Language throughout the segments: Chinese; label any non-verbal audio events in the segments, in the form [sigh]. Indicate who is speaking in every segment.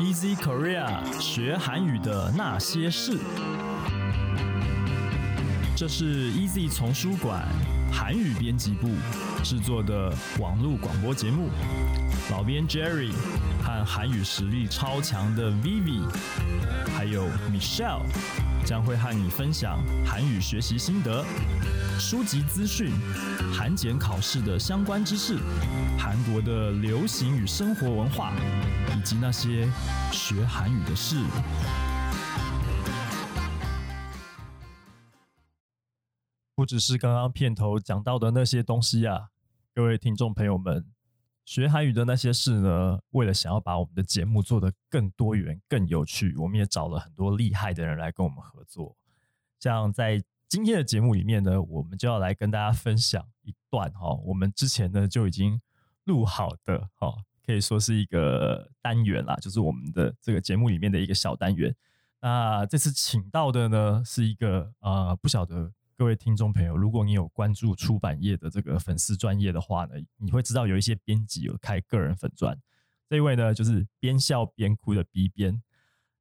Speaker 1: Easy Korea 学韩语的那些事。这是 Easy 丛书馆韩语编辑部制作的网络广播节目，老编 Jerry 和韩语实力超强的 Vivi，还有 Michelle 将会和你分享韩语学习心得、书籍资讯、韩检考试的相关知识、韩国的流行与生活文化，以及那些学韩语的事。不只是刚刚片头讲到的那些东西啊，各位听众朋友们，学韩语的那些事呢，为了想要把我们的节目做得更多元、更有趣，我们也找了很多厉害的人来跟我们合作。像在今天的节目里面呢，我们就要来跟大家分享一段哈、哦，我们之前呢就已经录好的哈、哦，可以说是一个单元啦，就是我们的这个节目里面的一个小单元。那这次请到的呢，是一个呃，不晓得各位听众朋友，如果你有关注出版业的这个粉丝专业的话呢，你会知道有一些编辑有开个人粉专，这一位呢就是边笑边哭的 B 边，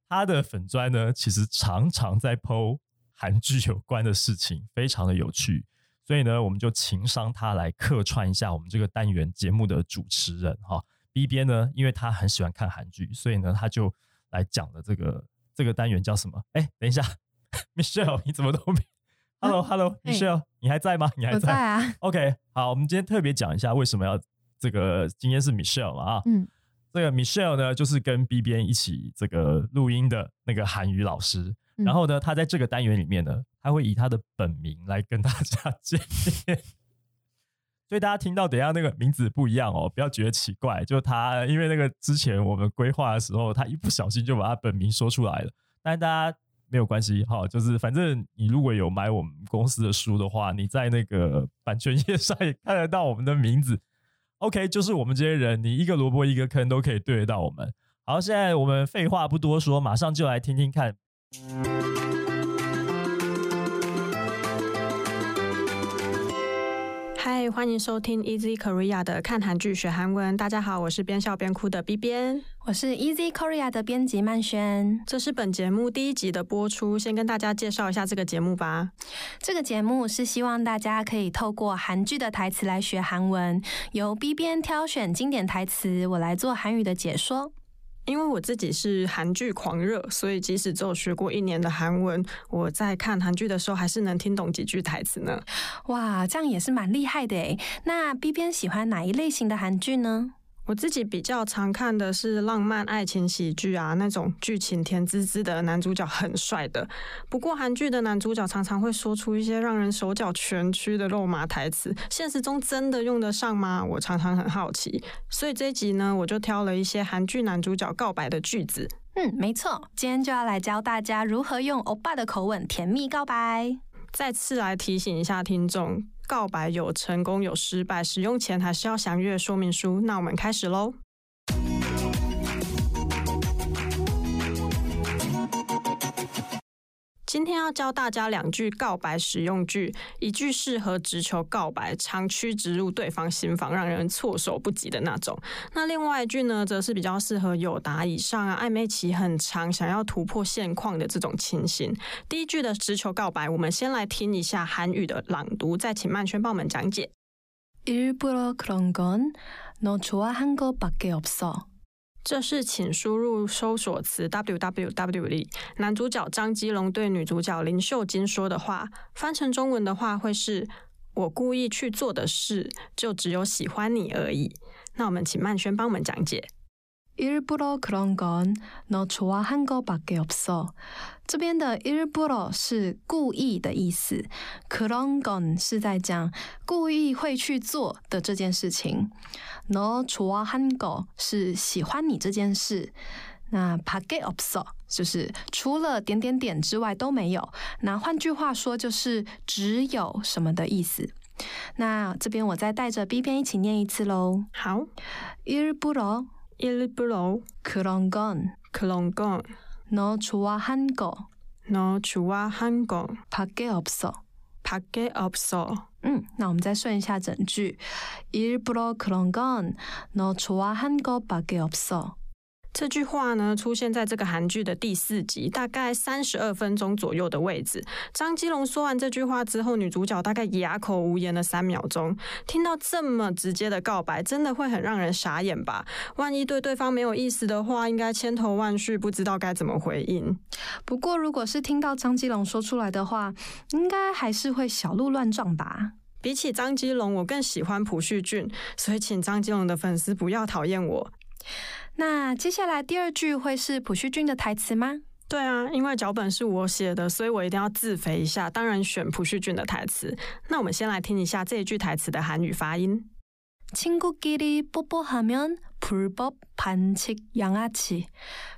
Speaker 1: 他的粉专呢其实常常在 PO 韩剧有关的事情，非常的有趣。所以呢，我们就情商他来客串一下我们这个单元节目的主持人哈、B 边呢，因为他很喜欢看韩剧，所以呢，他就来讲了这个这个单元叫什么？哎，等一下 [laughs] ，Michelle，你怎么都没 [laughs]
Speaker 2: 哎
Speaker 1: ？Hello，Hello，Michelle，、你还在吗？你还
Speaker 2: 我在
Speaker 1: 在
Speaker 2: 啊，
Speaker 1: [laughs] ？OK，好，我们今天特别讲一下为什么要这个，今天是 Michelle 嘛啊，
Speaker 2: 嗯，
Speaker 1: 这个 Michelle 呢，就是跟 B 边一起这个录音的那个韩语老师。
Speaker 2: 嗯
Speaker 1: 然后呢，他在这个单元里面呢，他会以他的本名来跟大家见面。 [laughs] 所以大家听到等一下那个名字不一样哦，不要觉得奇怪。就他，因为那个之前我们规划的时候，他一不小心就把他本名说出来了。但是大家没有关系，哈，就是反正你如果有买我们公司的书的话，你在那个版权页上也看得到我们的名字。OK，就是我们这些人，你一个萝卜一个坑都可以对得到我们。好，现在我们废话不多说，马上就来听听看。
Speaker 3: 嗨，欢迎收听 Easy Korea 的看韩剧学韩文。大家好，我是边笑边哭的 B 边。
Speaker 4: [laughs] 我是 Easy Korea 的编辑曼轩。
Speaker 3: 这是本节目第一集的播出，先跟大家介绍一下这个节目吧。
Speaker 4: 这个节目是希望大家可以透过韩剧的台词来学韩文，由 B 边挑选经典台词，我来做韩语的解说。
Speaker 3: 因为我自己是韩剧狂热，所以即使只有学过一年的韩文，我在看韩剧的时候还是能听懂几句台词呢。
Speaker 4: 哇，这样也是蛮厉害的诶。那 B 边喜欢哪一类型的韩剧呢？
Speaker 3: 我自己比较常看的是浪漫爱情喜剧啊，那种剧情甜滋滋的，男主角很帅的。不过韩剧的男主角常常会说出一些让人手脚全屈的肉麻台词，现实中真的用得上吗？我常常很好奇。所以这一集呢，我就挑了一些韩剧男主角告白的句子。
Speaker 4: 嗯，没错，今天就要来教大家如何用欧巴的口吻甜蜜告白。
Speaker 3: 再次来提醒一下听众，告白有成功有失败，使用前还是要详阅说明书。那我们开始喽。今天要教大家两句告白实用句，一句适合直球告白，长驱直入对方心房，让人措手不及的那种。那另外一句呢，则是比较适合有答以上啊，暧昧期很长，想要突破现况的这种情形。第一句的直球告白，我们先来听一下韩语的朗读，再请曼轩帮我们讲解。
Speaker 4: 일부러그런건너좋아한것밖에없어。
Speaker 3: 这是请输入搜索词 w w w 里男主角张基龙对女主角林秀晶说的话，翻成中文的话会是“我故意去做的事，就只有喜欢你而已”。那我们请曼轩帮我们讲解。
Speaker 4: 일부러그런건너좋아한것밖에없어。这边的일부러是故意的意思，그런건是在讲故意会去做的这件事情，너좋아한거是喜欢你这件事。那밖에없어就是除了点点点之外都没有。那换句话说就是只有什么的意思。那这边我再带着 B 边一起念一次喽。
Speaker 3: 好，
Speaker 4: 일부러
Speaker 3: 일부러
Speaker 4: 그런건
Speaker 3: 그런건
Speaker 4: 너 좋아한 거
Speaker 3: 너좋아한건
Speaker 4: 밖에 없어.
Speaker 3: 밖에없어。
Speaker 4: 嗯，那我们再顺一下整句。일부러 그런 건 너 좋아한 것밖에 없어.
Speaker 3: 这句话呢，出现在这个韩剧的第四集，大概三十二分钟左右的位置。张基龙说完这句话之后，女主角大概哑口无言了三秒钟。听到这么直接的告白，真的会很让人傻眼吧？万一对对方没有意思的话，应该千头万绪，不知道该怎么回应。
Speaker 4: 不过，如果是听到张基龙说出来的话，应该还是会小鹿乱撞吧。
Speaker 3: 比起张基龙，我更喜欢朴叙俊，所以请张基龙的粉丝不要讨厌我。
Speaker 4: 那接下来第二句会是朴叙俊的台词吗？
Speaker 3: 对啊，因为脚本是我写的，所以我一定要自肥一下，当然选朴叙俊的台词。那我们先来听一下这一句台词的韩语发音。
Speaker 4: 친구끼리 뽀뽀하면 불법 반칙 양아치.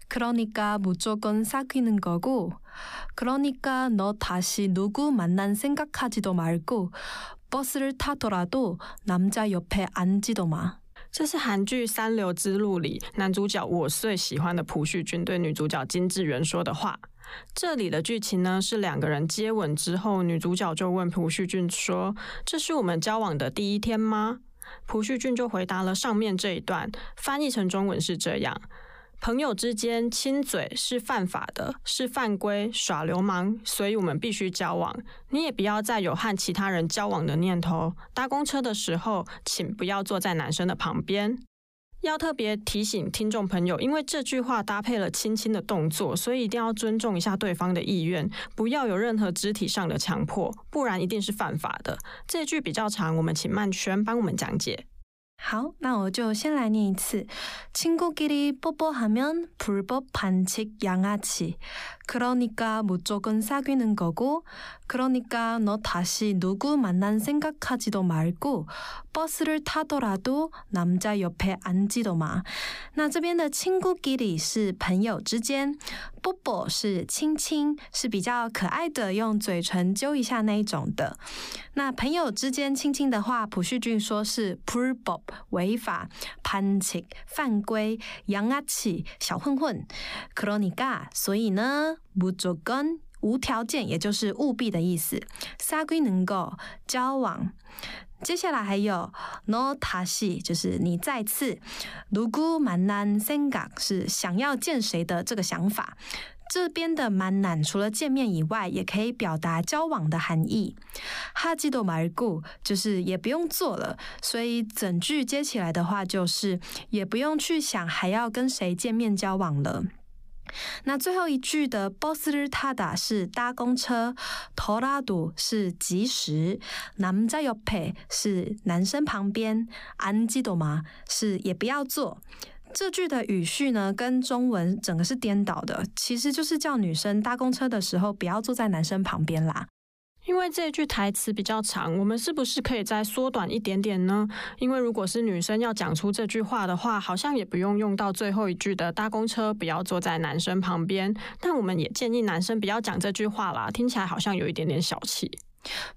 Speaker 4: 그러니까 무조건 사귀는 거고, 그러니까 너 다시 누구 만난 생각하지도 말고, 버스를 타더라도 남자 옆에 앉지도 마.
Speaker 3: 这是韩剧《三流之路》里男主角我最喜欢的朴叙俊对女主角金智媛说的话。这里的剧情呢是两个人接吻之后，女主角就问朴叙俊说：“这是我们交往的第一天吗？”朴叙俊就回答了上面这一段，翻译成中文是这样：朋友之间亲嘴是犯法的，是犯规，耍流氓，所以我们必须交往。你也不要再有和其他人交往的念头。搭公车的时候，请不要坐在男生的旁边。要特别提醒听众朋友，因为这句话搭配了亲亲的动作，所以一定要尊重一下对方的意愿，不要有任何肢体上的强迫，不然一定是犯法的。这句比较长，我们请曼轩帮我们讲解。
Speaker 4: 好，那我就先来念一次。친구끼리 뽀뽀하면 불법 반칙 양아치. 그러니까 무조건 사귀는 거고, 그러니까 너 다시 누구 만난 생각하지도 말고, 버스를 타더라도 남자 옆에 앉지도 마. 那这边的친구끼리是朋友之间，뽀뽀是亲亲，是比较可爱的，用嘴唇揪一下那一种的。那朋友之间亲亲的话，朴叙俊说是 “purbop” 违法、叛칙犯规、洋阿起小混混、克罗尼嘎，所以呢，不做根。无条件，也就是务必的意思。撒归能够交往。接下来还有 no tashi，就是你再次。如果蛮难 senga 是想要见谁的这个想法。这边的蛮难除了见面以外，也可以表达交往的含义。哈基多马尔故就是也不用做了，所以整句接起来的话就是也不用去想还要跟谁见面交往了。那最后一句的 “boss r t a 是搭公车，torado 是及时，namja yope 是男生旁边，anjido ma 是也不要做。这句的语序呢，跟中文整个是颠倒的，其实就是叫女生搭公车的时候不要坐在男生旁边啦。
Speaker 3: 因为这句台词比较长，我们是不是可以再缩短一点点呢？因为如果是女生要讲出这句话的话，好像也不用用到最后一句的“搭公车不要坐在男生旁边”，但我们也建议男生不要讲这句话啦，听起来好像有一点点小气。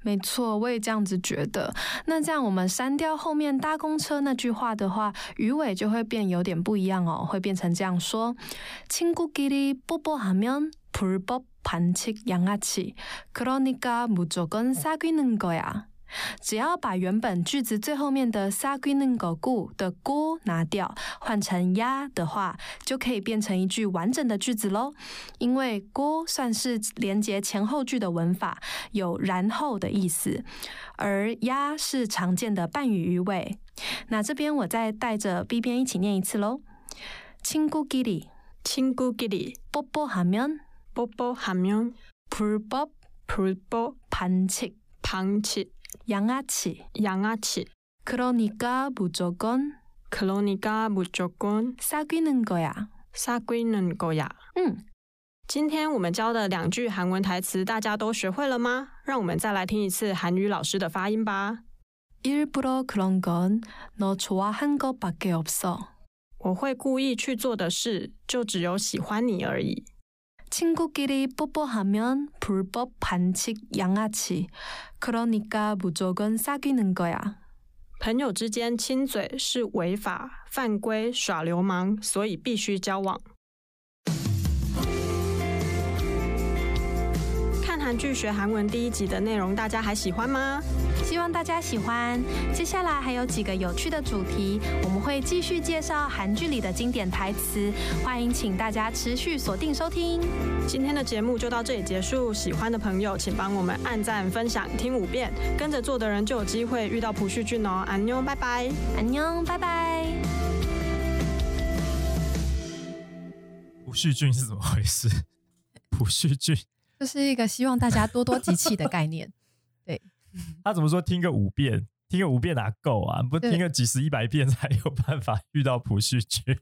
Speaker 4: 没错，我也这样子觉得。那这样我们删掉后面搭公车那句话的话，鱼尾就会变有点不一样哦，会变成这样说：친구끼리뽀뽀하면불법반칙양아치그러니까무조건사귀는거야。只要把原本句子最后面的“撒归嫩狗故”的“锅”拿掉，换成“呀”的话，就可以变成一句完整的句子喽。因为“锅”算是连接前后句的文法，有然后的意思，而“呀”是常见的半语鱼尾。那这边我再带着 B 边一起念一次喽。친구끼리
Speaker 3: 친구끼리
Speaker 4: 뽀뽀하면
Speaker 3: 뽀뽀하면
Speaker 4: 불법
Speaker 3: 불법
Speaker 4: 반칙
Speaker 3: 방치
Speaker 4: 양아치
Speaker 3: 양아치
Speaker 4: 그러니까무조건
Speaker 3: 그러니까무조건
Speaker 4: 撒归嫩狗呀。
Speaker 3: 사귀는거야。
Speaker 4: 嗯。
Speaker 3: 今天我们教的两句韩文台词，大家都学会了吗？让我们再来听一次韩语老师的发音吧。
Speaker 4: 일부러 그런 건 너 좋아한 것밖에 없어.
Speaker 3: 我会故意去做的事，就只有喜欢你而已。
Speaker 4: 친구끼리 뽀뽀하면 불법 반칙 양아치. 그러니까 무조건 사귀는 거야.
Speaker 3: 朋友之间亲嘴是违法、犯规、耍流氓，所以必须交往。看韩剧学韩文第一集的内容，大家还喜欢吗？
Speaker 4: 希望大家喜欢。接下来还有几个有趣的主题，我们会继续介绍韩剧里的经典台词，欢迎请大家持续锁定收听。
Speaker 3: 今天的节目就到这里结束。喜欢的朋友，请帮我们按赞、分享、听五遍，跟着做的人就有机会遇到朴叙俊哦。安妞，拜拜。
Speaker 4: 安妞，拜拜。
Speaker 1: 朴叙俊是怎么回事？朴叙俊
Speaker 2: 就是一个希望大家多多集气的概念。
Speaker 1: 他怎么说？听个五遍，听个五遍哪够啊？不
Speaker 2: 对
Speaker 1: 听个几十、一百遍才有办法遇到朴叙俊。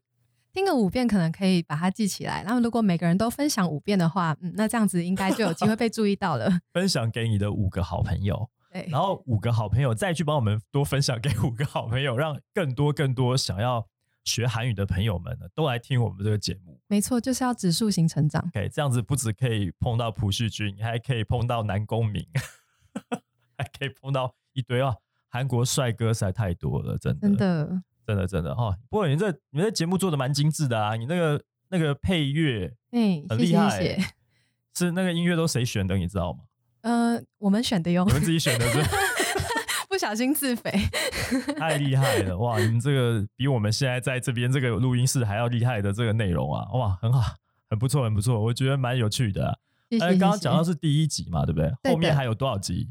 Speaker 2: 听个五遍可能可以把它记起来，然后如果每个人都分享五遍的话，嗯，那这样子应该就有机会被注意到了。 [laughs]
Speaker 1: 分享给你的五个好朋友，
Speaker 2: 对，
Speaker 1: 然后五个好朋友再去帮我们多分享给五个好朋友，让更多更多想要学韩语的朋友们呢，都来听我们这个节目。
Speaker 2: 没错，就是要指数型成长。
Speaker 1: OK，这样子不止可以碰到朴叙俊，你还可以碰到南宫明， [laughs] 还可以碰到一堆啊，韩国帅哥实在太多了，真的，
Speaker 2: 真的，
Speaker 1: 真的，真的哈。不过你这你们这节目做的蛮精致的啊，你那个那个配乐
Speaker 2: 哎、
Speaker 1: 很
Speaker 2: 谢
Speaker 1: 厉
Speaker 2: 谢
Speaker 1: 害、欸
Speaker 2: 谢谢。
Speaker 1: 是那个音乐都谁选的，你知道吗？
Speaker 2: 呃，我们选的
Speaker 1: [laughs]
Speaker 2: 哟 [laughs]
Speaker 1: 你，们自己选的是不是。
Speaker 2: 不小心自肥。
Speaker 1: 太厉害了哇！你们这个比我们现在在这边这个录音室还要厉害的这个内容啊，哇，很好，很不错，很不错，我觉得蛮有趣的啊、
Speaker 2: 谢谢。
Speaker 1: 哎，刚刚讲到
Speaker 2: 谢谢，
Speaker 1: 是第一集嘛，对不对？
Speaker 2: 的
Speaker 1: 后面还有多少集？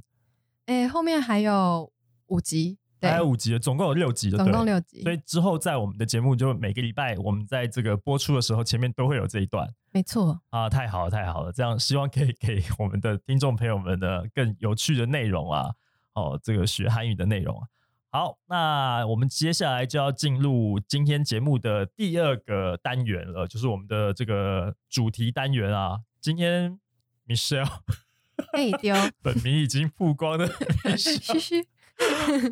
Speaker 2: 哎、后面还有五集，对
Speaker 1: 还，有五集，总共有六集的，
Speaker 2: 总共。六集
Speaker 1: 所，以之后在我们的节目，就每个礼拜我们在这个播出的时候，前面都会有这一段 [laughs]
Speaker 2: 没错，
Speaker 1: 啊，太好了，太好了！这样希望可以给我们的听众朋友们的更有趣的内容啊，哦，这个学韩语的内容啊。好，那我们接下来就要进入今天节目的第二个单元了，就是我们的这个主题单元啊。今天 Michelle
Speaker 2: 哎丢，
Speaker 1: 本名已经曝光的 Michelle，
Speaker 2: 嘘嘘。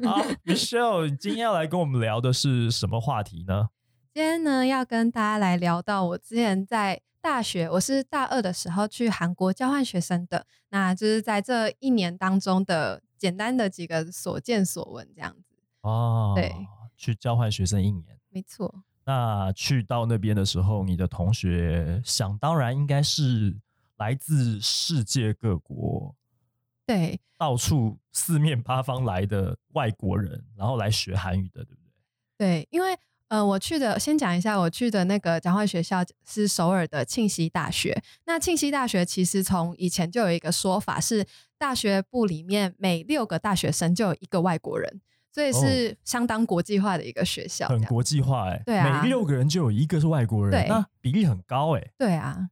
Speaker 1: 好，Michelle 今天要来跟我们聊的是什么话题呢？
Speaker 2: 今天呢，要跟大家来聊到我之前在大学，我是大二的时候去韩国交换学生的，那就是在这一年当中的简单的几个所见所闻这样子。
Speaker 1: 哦，
Speaker 2: 对，
Speaker 1: 去交换学生一年。
Speaker 2: 没错，
Speaker 1: 那去到那边的时候，你的同学想当然应该是来自世界各国、
Speaker 2: 对，
Speaker 1: 到处四面八方来的外国人，然后来学韩语的，对不对？
Speaker 2: 对，因为呃，我去的先讲一下，我去的那个交换学校是首尔的庆熙大学。那庆熙大学其实从以前就有一个说法是，大学部里面每六个大学生就有一个外国人，所以是相当国际化的一个学校。这
Speaker 1: 很
Speaker 2: 样
Speaker 1: 国际化哎、
Speaker 2: 对啊
Speaker 1: 每六个人就有一个是外国人，
Speaker 2: 对
Speaker 1: 那比例很高哎、
Speaker 2: 对啊，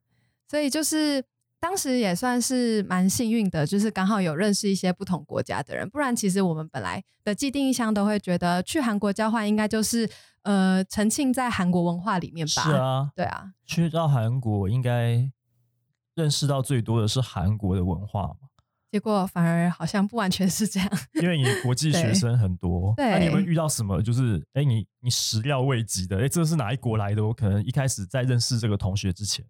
Speaker 2: 所以就是。当时也算是蛮幸运的，就是刚好有认识一些不同国家的人，不然其实我们本来的既定印象都会觉得去韩国交换应该就是呃沉浸在韩国文化里面吧。
Speaker 1: 是啊，
Speaker 2: 对啊，
Speaker 1: 去到韩国应该认识到最多的是韩国的文化嘛，
Speaker 2: 结果反而好像不完全是这样。 [laughs]
Speaker 1: 因为你国际学
Speaker 2: 对
Speaker 1: 生很多，
Speaker 2: 对
Speaker 1: 那你有没有遇到什么就是哎、你你始料未及的？哎、这是哪一国来的？我可能一开始在认识这个同学之前，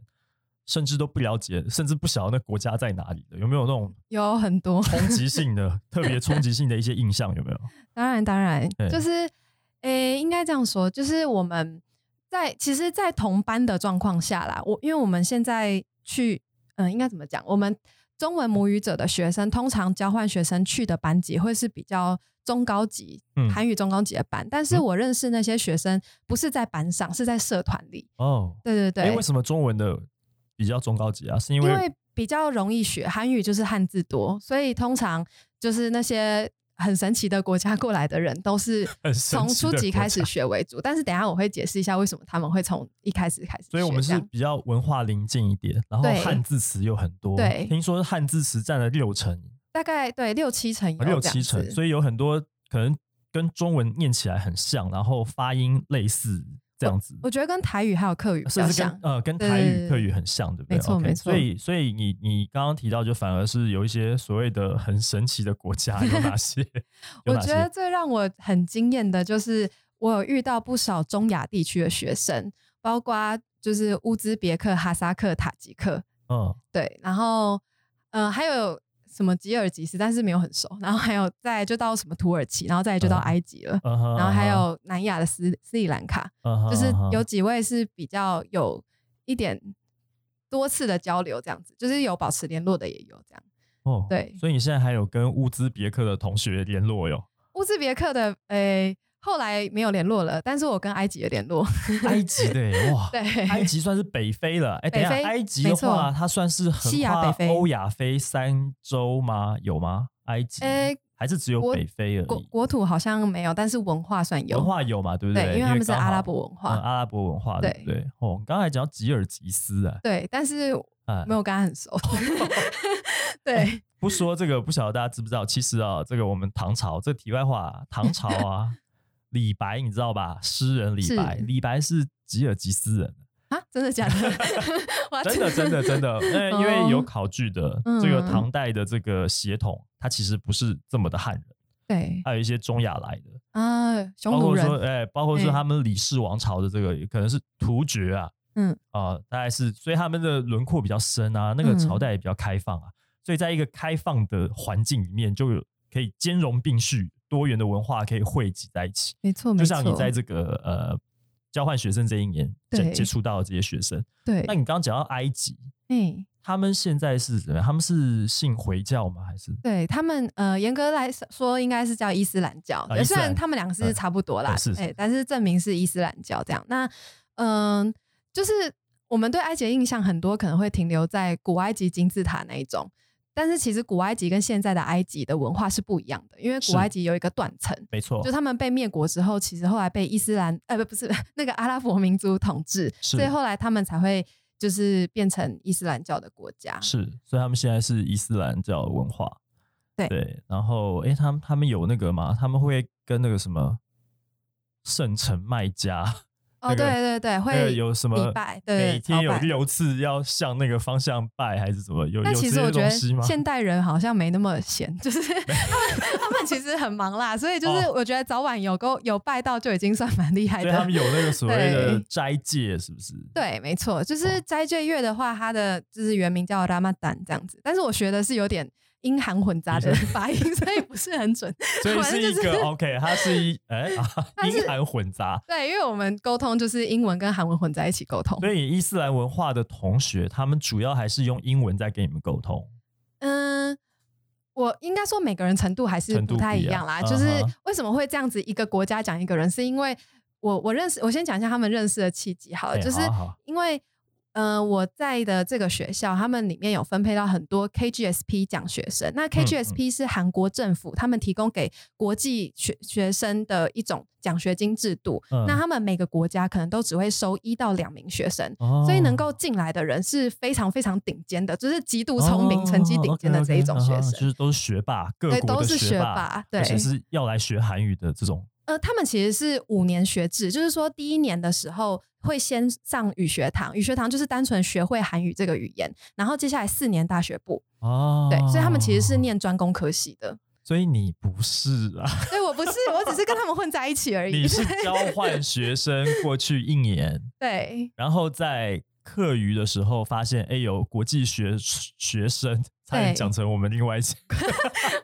Speaker 1: 甚至都不了解，甚至不晓得那国家在哪里的，有没有那种
Speaker 2: 有很多，
Speaker 1: 冲击性
Speaker 2: [laughs]
Speaker 1: 的、特别冲击性的一些印象？有没有？
Speaker 2: 当然当然
Speaker 1: 对，
Speaker 2: 就是诶，应该这样说，就是我们在其实，在同班的状况下啦，我因为我们现在去，嗯、应该怎么讲？我们中文母语者的学生，通常交换学生去的班级会是比较。中高级
Speaker 1: 嗯
Speaker 2: 韩语中高级的班，但是
Speaker 1: 嗯
Speaker 2: 我认识那些学生不是在班上，是在社团里。
Speaker 1: 哦，
Speaker 2: 对对
Speaker 1: 哎、
Speaker 2: 对，
Speaker 1: 为什么中文的比较中高级啊？是因为
Speaker 2: 因为比较容易学韩语，就是汉字多，所以通常就是那些很神奇的国家过来的人，都是
Speaker 1: [laughs] 很神
Speaker 2: 从
Speaker 1: 奇
Speaker 2: 初
Speaker 1: 的
Speaker 2: 级
Speaker 1: 国
Speaker 2: 开始
Speaker 1: 家
Speaker 2: 学为主。但是等一下我会解释一下为什么他们会从一开始开始学这
Speaker 1: 所以
Speaker 2: 样。
Speaker 1: 我们是比较文化临近一点，然后
Speaker 2: 对
Speaker 1: 汉字词又很多，
Speaker 2: 对
Speaker 1: 听说汉字词占了六成
Speaker 2: 大概对六七成有
Speaker 1: 哦六七成，
Speaker 2: 以
Speaker 1: 所以有很多可能跟中文念起来很像，然后发音类似这样子，
Speaker 2: 我觉得跟台语还有客语比
Speaker 1: 甚
Speaker 2: 较
Speaker 1: 至
Speaker 2: 像
Speaker 1: 跟。呃跟
Speaker 2: 对
Speaker 1: 台
Speaker 2: 对
Speaker 1: 语、
Speaker 2: 对
Speaker 1: 客语很像，对不对？
Speaker 2: 没错
Speaker 1: OK，
Speaker 2: 没错
Speaker 1: 所以所以你你刚刚提到，就反而是有一些所谓的很神奇的国家有哪
Speaker 2: [laughs]
Speaker 1: 些？有
Speaker 2: 我
Speaker 1: 哪
Speaker 2: 觉得
Speaker 1: 些？
Speaker 2: 最让我很惊艳的就是，我有遇到不少中亚地区的学生，包括就是乌兹别克、哈萨克、塔吉克，
Speaker 1: 嗯，
Speaker 2: 对，然后呃还有什么吉尔吉斯，但是没有很熟。然后还有再来就到什么土耳其，然后再来就到
Speaker 1: 嗯
Speaker 2: 埃及了，
Speaker 1: 嗯哼
Speaker 2: 然后还
Speaker 1: 嗯哼
Speaker 2: 有南亚的斯斯里兰卡，
Speaker 1: 嗯哼
Speaker 2: 就是
Speaker 1: 嗯哼
Speaker 2: 有几位是比较有一点多次的交流这样子，就是有保持联络的也有这样。
Speaker 1: 哦，
Speaker 2: 对
Speaker 1: 所以你现在还有跟乌兹别克的同学联络
Speaker 2: [laughs]
Speaker 1: 哟？
Speaker 2: 乌兹别克的，诶、后来没有联络了，但是我跟埃及有联络。 [laughs]
Speaker 1: 埃及的耶哇，
Speaker 2: 对， [laughs]
Speaker 1: 埃及算是北非了。哎，等一下
Speaker 2: 北，非
Speaker 1: 埃及的话，
Speaker 2: 没错
Speaker 1: 它算是横
Speaker 2: 西亚
Speaker 1: 跨
Speaker 2: 北非
Speaker 1: 欧亚非三洲吗？有吗？埃及？
Speaker 2: 诶
Speaker 1: 还是只有
Speaker 2: 国
Speaker 1: 北非而
Speaker 2: 呃国
Speaker 1: 已？
Speaker 2: 国土好像没有，但是文化算有。
Speaker 1: 文化有嘛？对不
Speaker 2: 对
Speaker 1: 因
Speaker 2: 因为他们是
Speaker 1: 刚好
Speaker 2: 阿拉伯文化
Speaker 1: 嗯阿拉伯文化对不对？哦，刚才讲到吉尔吉斯啊，
Speaker 2: 对，但是
Speaker 1: 哎
Speaker 2: 没有跟他
Speaker 1: [laughs]
Speaker 2: 很熟。对，
Speaker 1: 不说这个，不晓得大家知不知道？其实啊，这个我们唐朝，这题外话啊，唐朝
Speaker 2: [laughs]
Speaker 1: 啊，李白你知道吧？诗人李白，
Speaker 2: 是
Speaker 1: 李白是吉尔吉斯人，
Speaker 2: 啊，真
Speaker 1: [laughs]
Speaker 2: 的假的？我要
Speaker 1: 真的真的真的，因
Speaker 2: [laughs]
Speaker 1: 为因为有考据的，
Speaker 2: 哦嗯
Speaker 1: 这个唐代的这个血统，它其实不是这么的汉人，
Speaker 2: 对
Speaker 1: 还有一些中亚来的，
Speaker 2: 啊，匈
Speaker 1: 包
Speaker 2: 奴
Speaker 1: 括
Speaker 2: 人
Speaker 1: 说，哎、包括说
Speaker 2: 嗯
Speaker 1: 他们李氏王朝的这个可能是突厥啊，
Speaker 2: 嗯
Speaker 1: 啊、大概是，所以他们的轮廓比较深啊，那个
Speaker 2: 嗯
Speaker 1: 朝代也比较开放啊，所以在一个开放的环境里面，就有可以兼容并蓄，多元的文化可以汇集在一起。
Speaker 2: 没错没
Speaker 1: 就
Speaker 2: 错。
Speaker 1: 像你在这个呃交换学生这一年接
Speaker 2: 对
Speaker 1: 接触到的这些学生，
Speaker 2: 对
Speaker 1: 那，你刚刚讲到埃及，
Speaker 2: 嗯，
Speaker 1: 他们现在是怎么样？他们是信回教吗？还是
Speaker 2: 对他们呃，严格来说应该是叫伊斯兰教，
Speaker 1: 啊伊斯
Speaker 2: 虽
Speaker 1: 兰
Speaker 2: 然他们两个是差不多啦
Speaker 1: 嗯，是是
Speaker 2: 哎但是证明是伊斯兰教这样。那嗯、就是我们对埃及的印象很多可能会停留在古埃及金字塔那一种，但是其实古埃及跟现在的埃及的文化是不一样的，因为古
Speaker 1: 是
Speaker 2: 埃及有一个断层，
Speaker 1: 没错
Speaker 2: 就，他们被灭国之后，其实后来被伊斯兰呃不不是 [laughs] 那个阿拉伯民族统治，
Speaker 1: 是
Speaker 2: 所以后来他们才会就是变成伊斯兰教的国家。
Speaker 1: 是，所以他们现在是伊斯兰教文化。
Speaker 2: 对
Speaker 1: 然后诶，他们他们有那个吗？他们会跟那个什么圣城麦加，那
Speaker 2: 哦，
Speaker 1: 个
Speaker 2: 对对对，
Speaker 1: 那个
Speaker 2: 会
Speaker 1: 有什么
Speaker 2: 礼拜，对
Speaker 1: 每天
Speaker 2: 朝
Speaker 1: 有
Speaker 2: 拜
Speaker 1: 六次要向那个方向拜，还是怎么？有有
Speaker 2: 但其
Speaker 1: 这
Speaker 2: 实我
Speaker 1: 些
Speaker 2: 觉
Speaker 1: 东
Speaker 2: 得
Speaker 1: 西吗？
Speaker 2: 现代人好像没那么闲， [laughs] 就是他们他们其实很忙啦，所以就是
Speaker 1: 哦
Speaker 2: 我觉得早晚有够有拜到就已经算蛮厉害
Speaker 1: 所以他
Speaker 2: 的
Speaker 1: 们。有那个所谓的
Speaker 2: 对
Speaker 1: 斋戒，是不是？
Speaker 2: [laughs] 对，没错，就
Speaker 1: 哦
Speaker 2: 是斋戒月的话，它的就是原名叫 Ramadan 这样子，但是我学的是有点英韩混杂的
Speaker 1: 你
Speaker 2: 发音，所以不是很准。
Speaker 1: 所以
Speaker 2: 反
Speaker 1: 是
Speaker 2: 正
Speaker 1: 一
Speaker 2: 就是
Speaker 1: 个 OK，它是一哎、
Speaker 2: [laughs]
Speaker 1: 啊
Speaker 2: 它是
Speaker 1: 英韩混杂。
Speaker 2: 对，因为我们沟通就是英文跟韩文混在一起沟通。
Speaker 1: 所以伊斯兰文化的同学，他们主要还是用英文在跟你们沟通。
Speaker 2: 嗯，我应该说每个人程度还是
Speaker 1: 程度
Speaker 2: 不太
Speaker 1: 不一
Speaker 2: 一样啦。
Speaker 1: 样
Speaker 2: 就是
Speaker 1: 嗯哼
Speaker 2: 为什么会这样子一个国家讲一个人，是因为我我认识，我先讲一下他们认识的契机好了，
Speaker 1: 哎
Speaker 2: 呃就是
Speaker 1: 好好
Speaker 2: 因为。呃，我在的这个学校，他们里面有分配到很多 KGSP 奖学生。
Speaker 1: 嗯
Speaker 2: 那 KGSP 是韩国政府、他们提供给国际学学生的一种奖学金制度。
Speaker 1: 嗯
Speaker 2: 那他们每个国家可能都只会收一到两名学生，
Speaker 1: 哦
Speaker 2: 所以能够进来的人是非常非常顶尖的，就是极度聪明、
Speaker 1: 哦
Speaker 2: 成绩顶尖的这一种
Speaker 1: OK，OK，嗯
Speaker 2: 学
Speaker 1: 哼
Speaker 2: 生。
Speaker 1: 就是都是学霸，各
Speaker 2: 对
Speaker 1: 国
Speaker 2: 都
Speaker 1: 的
Speaker 2: 是学
Speaker 1: 霸
Speaker 2: 霸，对
Speaker 1: 而且是要来学韩语的这种。
Speaker 2: 呃，他们其实是五年学制，就是说第一年的时候会先上语学堂，语学堂就是单纯学会韩语这个语言，然后接下来四年大学部，
Speaker 1: 哦，
Speaker 2: 对，所以他们其实是，念专攻科系的。
Speaker 1: 所以你不是
Speaker 2: [laughs]
Speaker 1: 啊，
Speaker 2: 对我不是，我只是跟他们混在一起而已。
Speaker 1: 你是交
Speaker 2: [laughs]
Speaker 1: 换学生过去一年， [laughs]
Speaker 2: 对
Speaker 1: 然后在课余的时候发现，哎，有国际学学生，差点
Speaker 2: 对
Speaker 1: 讲成我们另外一家，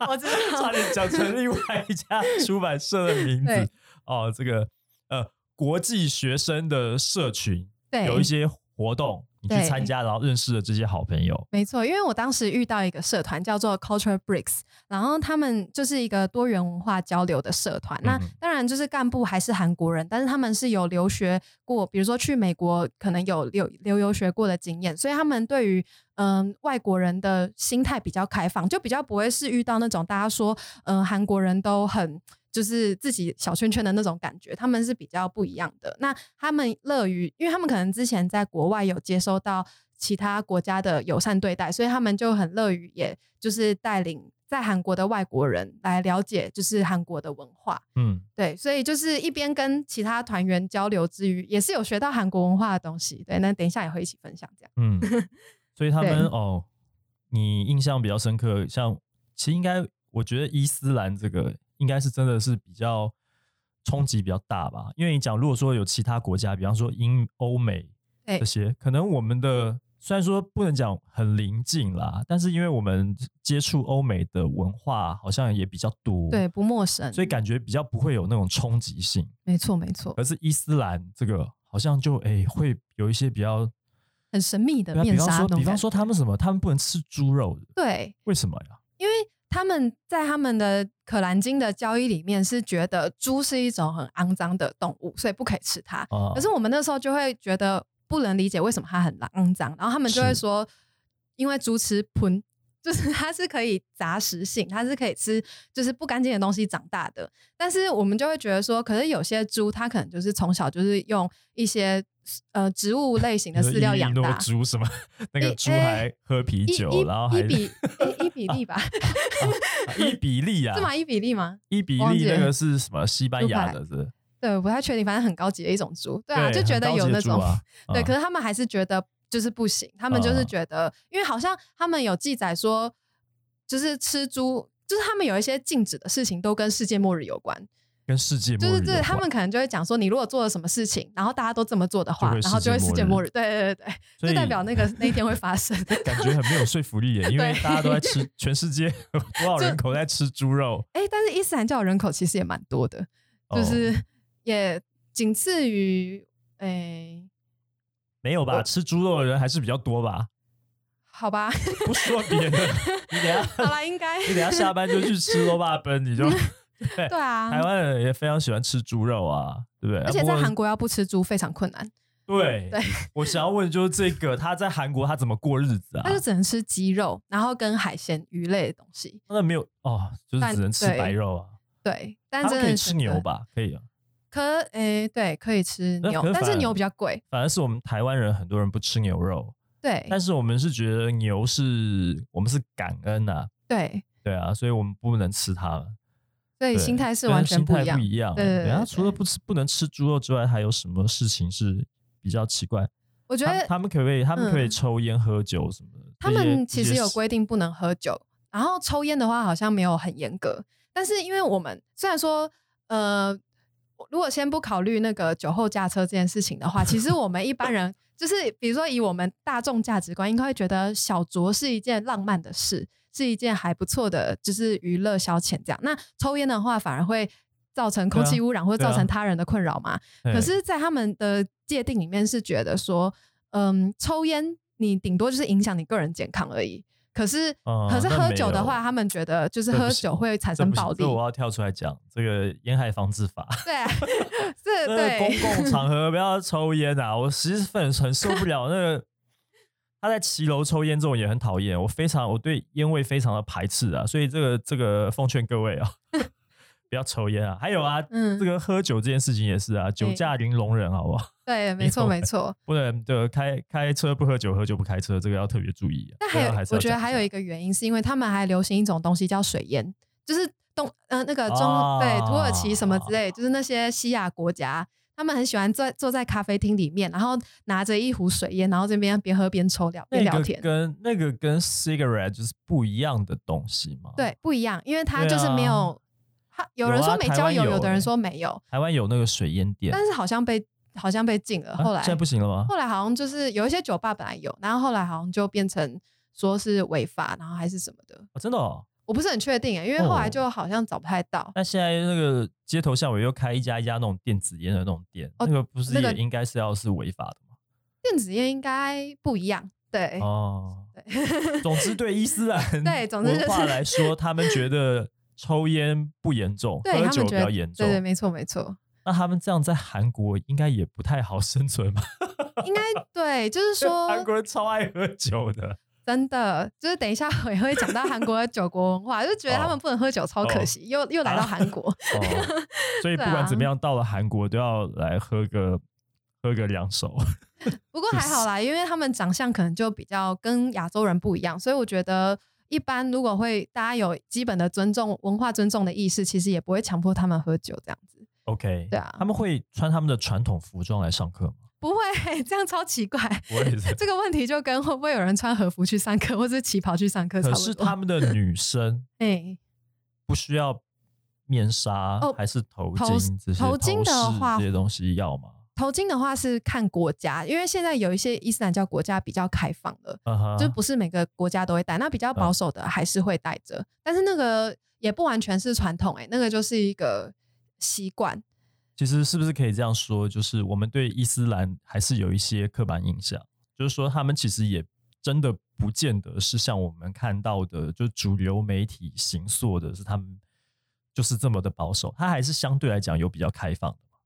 Speaker 2: 我知
Speaker 1: 差
Speaker 2: 道
Speaker 1: 点讲成另外一家出版社的名字
Speaker 2: 对。
Speaker 1: 哦，这个呃，国际学生的社群
Speaker 2: 对，
Speaker 1: 有一些活动，你去
Speaker 2: 对
Speaker 1: 参加，然后认识了这些好朋友。
Speaker 2: 没错，因为我当时遇到一个社团叫做 Culture Bricks，然后他们就是一个多元文化交流的社团。那
Speaker 1: 嗯哼
Speaker 2: 当然就是干部还是韩国人，但是他们是有留学过，比如说去美国可能有留留游学过的经验，所以他们对于嗯、外国人的心态比较开放，就比较不会是遇到那种大家说嗯、呃韩国人都很。就是自己小圈圈的那种感觉，他们是比较不一样的。那他们乐于，因为他们可能之前在国外有接收到其他国家的友善对待，所以他们就很乐于，也就是带领在韩国的外国人来了解，就是韩国的文化。
Speaker 1: 嗯，
Speaker 2: 对，所以就是一边跟其他团员交流之余，也是有学到韩国文化的东西。对，那等一下也会一起分享这样。
Speaker 1: 嗯，所以他们
Speaker 2: 对
Speaker 1: 哦，你印象比较深刻，像其实应该，我觉得伊斯兰这个应该是真的是比较冲击比较大吧，因为你讲如果说有其他国家，比方说英欧美
Speaker 2: 对
Speaker 1: 这些，可能我们的虽然说不能讲很临近啦，但是因为我们接触欧美的文化好像也比较多，
Speaker 2: 对，，不陌生。
Speaker 1: 所以感呃觉比较不会有那种冲击性。
Speaker 2: 没错，没错
Speaker 1: 可，是伊斯兰这个好像就哎、会有一些比较
Speaker 2: 很神秘的
Speaker 1: 对啊，比
Speaker 2: 呃面
Speaker 1: 方
Speaker 2: 纱那
Speaker 1: 说，
Speaker 2: 种
Speaker 1: 比方
Speaker 2: 感
Speaker 1: 说
Speaker 2: 觉
Speaker 1: 他们什么，他们不能吃猪肉的，
Speaker 2: 对，
Speaker 1: 为什么呀？
Speaker 2: 因为他们在他们的《可兰经》的交易里面是觉得猪是一种很肮脏的动物，所以不可以吃它。
Speaker 1: 啊
Speaker 2: 可是我们那时候就会觉得不能理解为什么它很肮脏，然后他们就会
Speaker 1: 是
Speaker 2: 说，因为猪吃喷， [laughs] 就是它是可以杂食性，它是可以吃就是不干净的东西长大的。但是我们就会觉得说，可是有些猪它可能就是从小就是用一些呃植物类型的饲料养
Speaker 1: 那
Speaker 2: 大
Speaker 1: 个。猪
Speaker 2: [laughs]
Speaker 1: 什么？那个
Speaker 2: 一哎
Speaker 1: 猪还喝啤
Speaker 2: 一
Speaker 1: 酒，
Speaker 2: 一
Speaker 1: 然后还
Speaker 2: 一
Speaker 1: [laughs]
Speaker 2: 比一一比例吧，
Speaker 1: 啊伊比利啊
Speaker 2: 是，吗？一比例吗？
Speaker 1: 伊比
Speaker 2: 忘
Speaker 1: 利
Speaker 2: 记
Speaker 1: 那
Speaker 2: 了
Speaker 1: 个是什么？西班牙的是不是？
Speaker 2: 对，我不太确定，反正很高级的一种猪，对啊，就
Speaker 1: 很
Speaker 2: 觉得
Speaker 1: 高级
Speaker 2: 有
Speaker 1: 的
Speaker 2: 那
Speaker 1: 猪
Speaker 2: 种，
Speaker 1: 啊
Speaker 2: 对，
Speaker 1: 嗯
Speaker 2: 可是他们还是觉得就是不行，他们就是
Speaker 1: 嗯
Speaker 2: 觉得，因为好像他们有记载说，就是吃猪，就是他们有一些禁止的事情都跟世界末日有关，
Speaker 1: 跟世界末
Speaker 2: 就
Speaker 1: 日
Speaker 2: 是
Speaker 1: 有
Speaker 2: 这他们
Speaker 1: 关，
Speaker 2: 可能就会讲说，你如果做了什么事情，然后大家都这么做的话
Speaker 1: 就会，
Speaker 2: 然后
Speaker 1: 世
Speaker 2: 就会
Speaker 1: 界
Speaker 2: 世界
Speaker 1: 末
Speaker 2: 末
Speaker 1: 日
Speaker 2: 日，对对对
Speaker 1: 所
Speaker 2: 对，
Speaker 1: 以
Speaker 2: 就
Speaker 1: [laughs]
Speaker 2: 代表那个那一天会发生。
Speaker 1: 感觉很没有说服力
Speaker 2: [laughs]
Speaker 1: 耶，因为
Speaker 2: 对
Speaker 1: 大家都在吃，全世界 [laughs] 多少人口在吃猪肉？
Speaker 2: 哎、但是伊斯兰教人口其实也蛮多的，就
Speaker 1: 哦
Speaker 2: 是也仅次于哎。
Speaker 1: 没有吧？吃猪肉的人还是比较多吧？ [laughs]
Speaker 2: 好吧，
Speaker 1: 不说别的，
Speaker 2: [laughs]
Speaker 1: 你等一
Speaker 2: 好
Speaker 1: 下，
Speaker 2: 啦，应该
Speaker 1: [laughs] 你等一下下班就去吃罗霸奔，
Speaker 2: [laughs]
Speaker 1: 你就对
Speaker 2: 对啊，
Speaker 1: 台湾人也非常喜欢吃猪肉啊，对不对？
Speaker 2: 而且
Speaker 1: 不
Speaker 2: 在
Speaker 1: 过
Speaker 2: 韩国要不吃猪非常困难，
Speaker 1: 对
Speaker 2: 对，
Speaker 1: 我想要问就是这个，他在韩国他怎么过日子啊
Speaker 2: 他？就只能吃鸡肉，然后跟海鲜、鱼类的东西。
Speaker 1: 那没有哦，就是
Speaker 2: 但
Speaker 1: 只能吃
Speaker 2: 对
Speaker 1: 白肉啊。
Speaker 2: 对，但
Speaker 1: 他
Speaker 2: 真
Speaker 1: 们
Speaker 2: 的
Speaker 1: 可以
Speaker 2: 是
Speaker 1: 吃牛？吧？可以啊，
Speaker 2: 可诶、对，可以吃
Speaker 1: 那
Speaker 2: 牛
Speaker 1: 可，是
Speaker 2: 但
Speaker 1: 反而
Speaker 2: 是牛比较贵。
Speaker 1: 反而是我们台湾人很多人不吃牛肉，
Speaker 2: 对
Speaker 1: 但是我们是觉得牛是我们是感恩呐、啊，
Speaker 2: 对，
Speaker 1: 对啊，所以我们不能吃它。
Speaker 2: 所以
Speaker 1: 对
Speaker 2: 心态是
Speaker 1: 跟
Speaker 2: 完全
Speaker 1: 心
Speaker 2: 不
Speaker 1: 态
Speaker 2: 一样
Speaker 1: 不。一样。
Speaker 2: 对对对
Speaker 1: 啊
Speaker 2: 对
Speaker 1: 除了不吃不能吃猪肉之外，还有什么事情是比较奇怪？
Speaker 2: 我觉
Speaker 1: 他
Speaker 2: 得
Speaker 1: 他们可不可以？他们可不可以
Speaker 2: 嗯
Speaker 1: 抽烟、喝酒什么的？
Speaker 2: 他
Speaker 1: 这些
Speaker 2: 们其实有，
Speaker 1: 这些
Speaker 2: 规定不能喝酒，然后抽烟的话好像没有很严格，但是因为我们虽然说呃，如果先不考虑那个酒后驾车这件事情的话，其实我们一般人就是比如说以我们大众价值观，应该会觉得小酌是一件浪漫的事，是一件还不错的，就是娱乐消遣这样。那抽烟的话，反而会。造成空
Speaker 1: 对啊
Speaker 2: 气污染或者
Speaker 1: 对啊
Speaker 2: 造成他人的困扰嘛？
Speaker 1: 对
Speaker 2: 可是，在他们的界定里面是觉得说，嗯，抽烟你顶多就是影响你个人健康而已。可是，
Speaker 1: 嗯
Speaker 2: 可是
Speaker 1: 那
Speaker 2: 喝
Speaker 1: 没
Speaker 2: 酒的
Speaker 1: 有
Speaker 2: 话，他们觉得就是
Speaker 1: 这不
Speaker 2: 喝
Speaker 1: 行
Speaker 2: 酒会产
Speaker 1: 这
Speaker 2: 生
Speaker 1: 不行
Speaker 2: 暴力
Speaker 1: 这。我要跳出来讲这个《烟害防治
Speaker 2: [laughs]
Speaker 1: 法》。
Speaker 2: 对，
Speaker 1: [laughs]
Speaker 2: 这
Speaker 1: 那个公
Speaker 2: 对
Speaker 1: 共场合不要抽烟啊！我其实很很受不了那
Speaker 2: [laughs]
Speaker 1: 个他在骑楼抽烟这种也很讨厌，我非常我对烟味非常的排斥啊，所以这个这个奉劝各位啊， [laughs] 不要抽烟啊！还有啊，
Speaker 2: [laughs] 嗯哎
Speaker 1: 这个喝酒这件事情也是啊，酒驾零容忍，好不好？
Speaker 2: 对，没错
Speaker 1: 有 [laughs]
Speaker 2: 没错。
Speaker 1: 不能的开开车不喝酒，喝酒不开车，这个要特别注意、啊。
Speaker 2: 但还有
Speaker 1: 这个，是
Speaker 2: 我
Speaker 1: 要
Speaker 2: 觉得
Speaker 1: 讲
Speaker 2: 还有
Speaker 1: 下
Speaker 2: 一个原因是因为他们还流行一种东西叫水烟，就是东呃那个中、
Speaker 1: 啊
Speaker 2: 对土耳其什么之类，就是那些西亚国家。他们很喜欢坐坐在咖啡厅里面，然后拿着一壶水烟，然后这边边喝边抽聊边
Speaker 1: 那
Speaker 2: 聊
Speaker 1: 个
Speaker 2: 天。
Speaker 1: 跟那个跟 cigarette 就是不一样的东西嘛。，
Speaker 2: 对，不一样，因为它
Speaker 1: 对
Speaker 2: 就是
Speaker 1: 啊
Speaker 2: 没有，它有
Speaker 1: 有
Speaker 2: 人
Speaker 1: 啊
Speaker 2: 说没
Speaker 1: 台
Speaker 2: 交
Speaker 1: 湾
Speaker 2: 友，
Speaker 1: 有
Speaker 2: 有的
Speaker 1: 欸
Speaker 2: 人说没有，
Speaker 1: 台湾有那个水烟店，
Speaker 2: 但是好像被好像被禁了。
Speaker 1: 啊
Speaker 2: 后来、
Speaker 1: 现在不行了吗？
Speaker 2: 后来好像就是有一些酒吧本来有，然后后来好像就变成说是违法，然后还是什么的，
Speaker 1: 哦、真的、哦。
Speaker 2: 我不是很确定、欸，因为后来
Speaker 1: 哦哎
Speaker 2: 就好像找不太到。
Speaker 1: 那现在那个街头巷尾又开一家一家那种电子烟的那种店，
Speaker 2: 哦
Speaker 1: 那个不是
Speaker 2: 那
Speaker 1: 也
Speaker 2: 个
Speaker 1: 应该是要是违法的吗？
Speaker 2: 电子烟应该不一样，对、
Speaker 1: 哦，总之对伊斯兰
Speaker 2: [laughs] 对总之就是
Speaker 1: 文化来说，他们觉得抽烟不严重，
Speaker 2: 对，
Speaker 1: 喝
Speaker 2: 他
Speaker 1: 酒
Speaker 2: 们
Speaker 1: 比
Speaker 2: 觉
Speaker 1: 较
Speaker 2: 得
Speaker 1: 严重
Speaker 2: 对。对，没错没错， [laughs]
Speaker 1: 那他们这样在韩国应该也不太好生存吧？
Speaker 2: 应该对，就是说
Speaker 1: 韩国人超爱喝酒的，
Speaker 2: 真的，就是等一下我也会讲到韩国的酒国文化，就觉得他
Speaker 1: 哦
Speaker 2: 们不能喝酒超
Speaker 1: 哦
Speaker 2: 可惜，又又来
Speaker 1: 啊
Speaker 2: 到韩国。
Speaker 1: 哦，所以不
Speaker 2: [laughs] 对啊
Speaker 1: 管怎么样，到了韩国都要来喝个喝个两手。
Speaker 2: 不过
Speaker 1: 就
Speaker 2: 还
Speaker 1: 是
Speaker 2: 好啦，因为他们长相可能就比较跟亚洲人不一样，所以我觉得一般如果会大家有基本的尊重文化尊重的意识，其实也不会强迫他们喝酒这样子，
Speaker 1: OK，
Speaker 2: [laughs] 对啊
Speaker 1: 他们会穿他们的传统服装来上课吗？
Speaker 2: 不会 [laughs] 这样超奇怪。
Speaker 1: 我也是。
Speaker 2: [laughs] 这个问题就跟会不会有人穿和服去上课，或是旗袍去上课差
Speaker 1: 可
Speaker 2: 不
Speaker 1: 是
Speaker 2: 多。
Speaker 1: 他们的女生
Speaker 2: 哎，
Speaker 1: 不需要面纱、
Speaker 2: 哦
Speaker 1: 还是头
Speaker 2: 头
Speaker 1: 巾这些
Speaker 2: 头巾的
Speaker 1: 饰
Speaker 2: 话
Speaker 1: 这些东西要吗？
Speaker 2: 头巾的话是看国家，因为现在有一些伊斯兰教国家比较开放了，
Speaker 1: 嗯哼，
Speaker 2: 就不是每个国家都会戴，那比较保守的还是会戴着，但是那个也不完全是传统、欸，哎，那个就是一个习惯。
Speaker 1: 其实是不是可以这样说？就是我们对伊斯兰还是有一些刻板印象，就是说他们其实也真的不见得是像我们看到的，就主流媒体行塑的是他们就是这么的保守，它还是相对来讲有比较开放的嘛。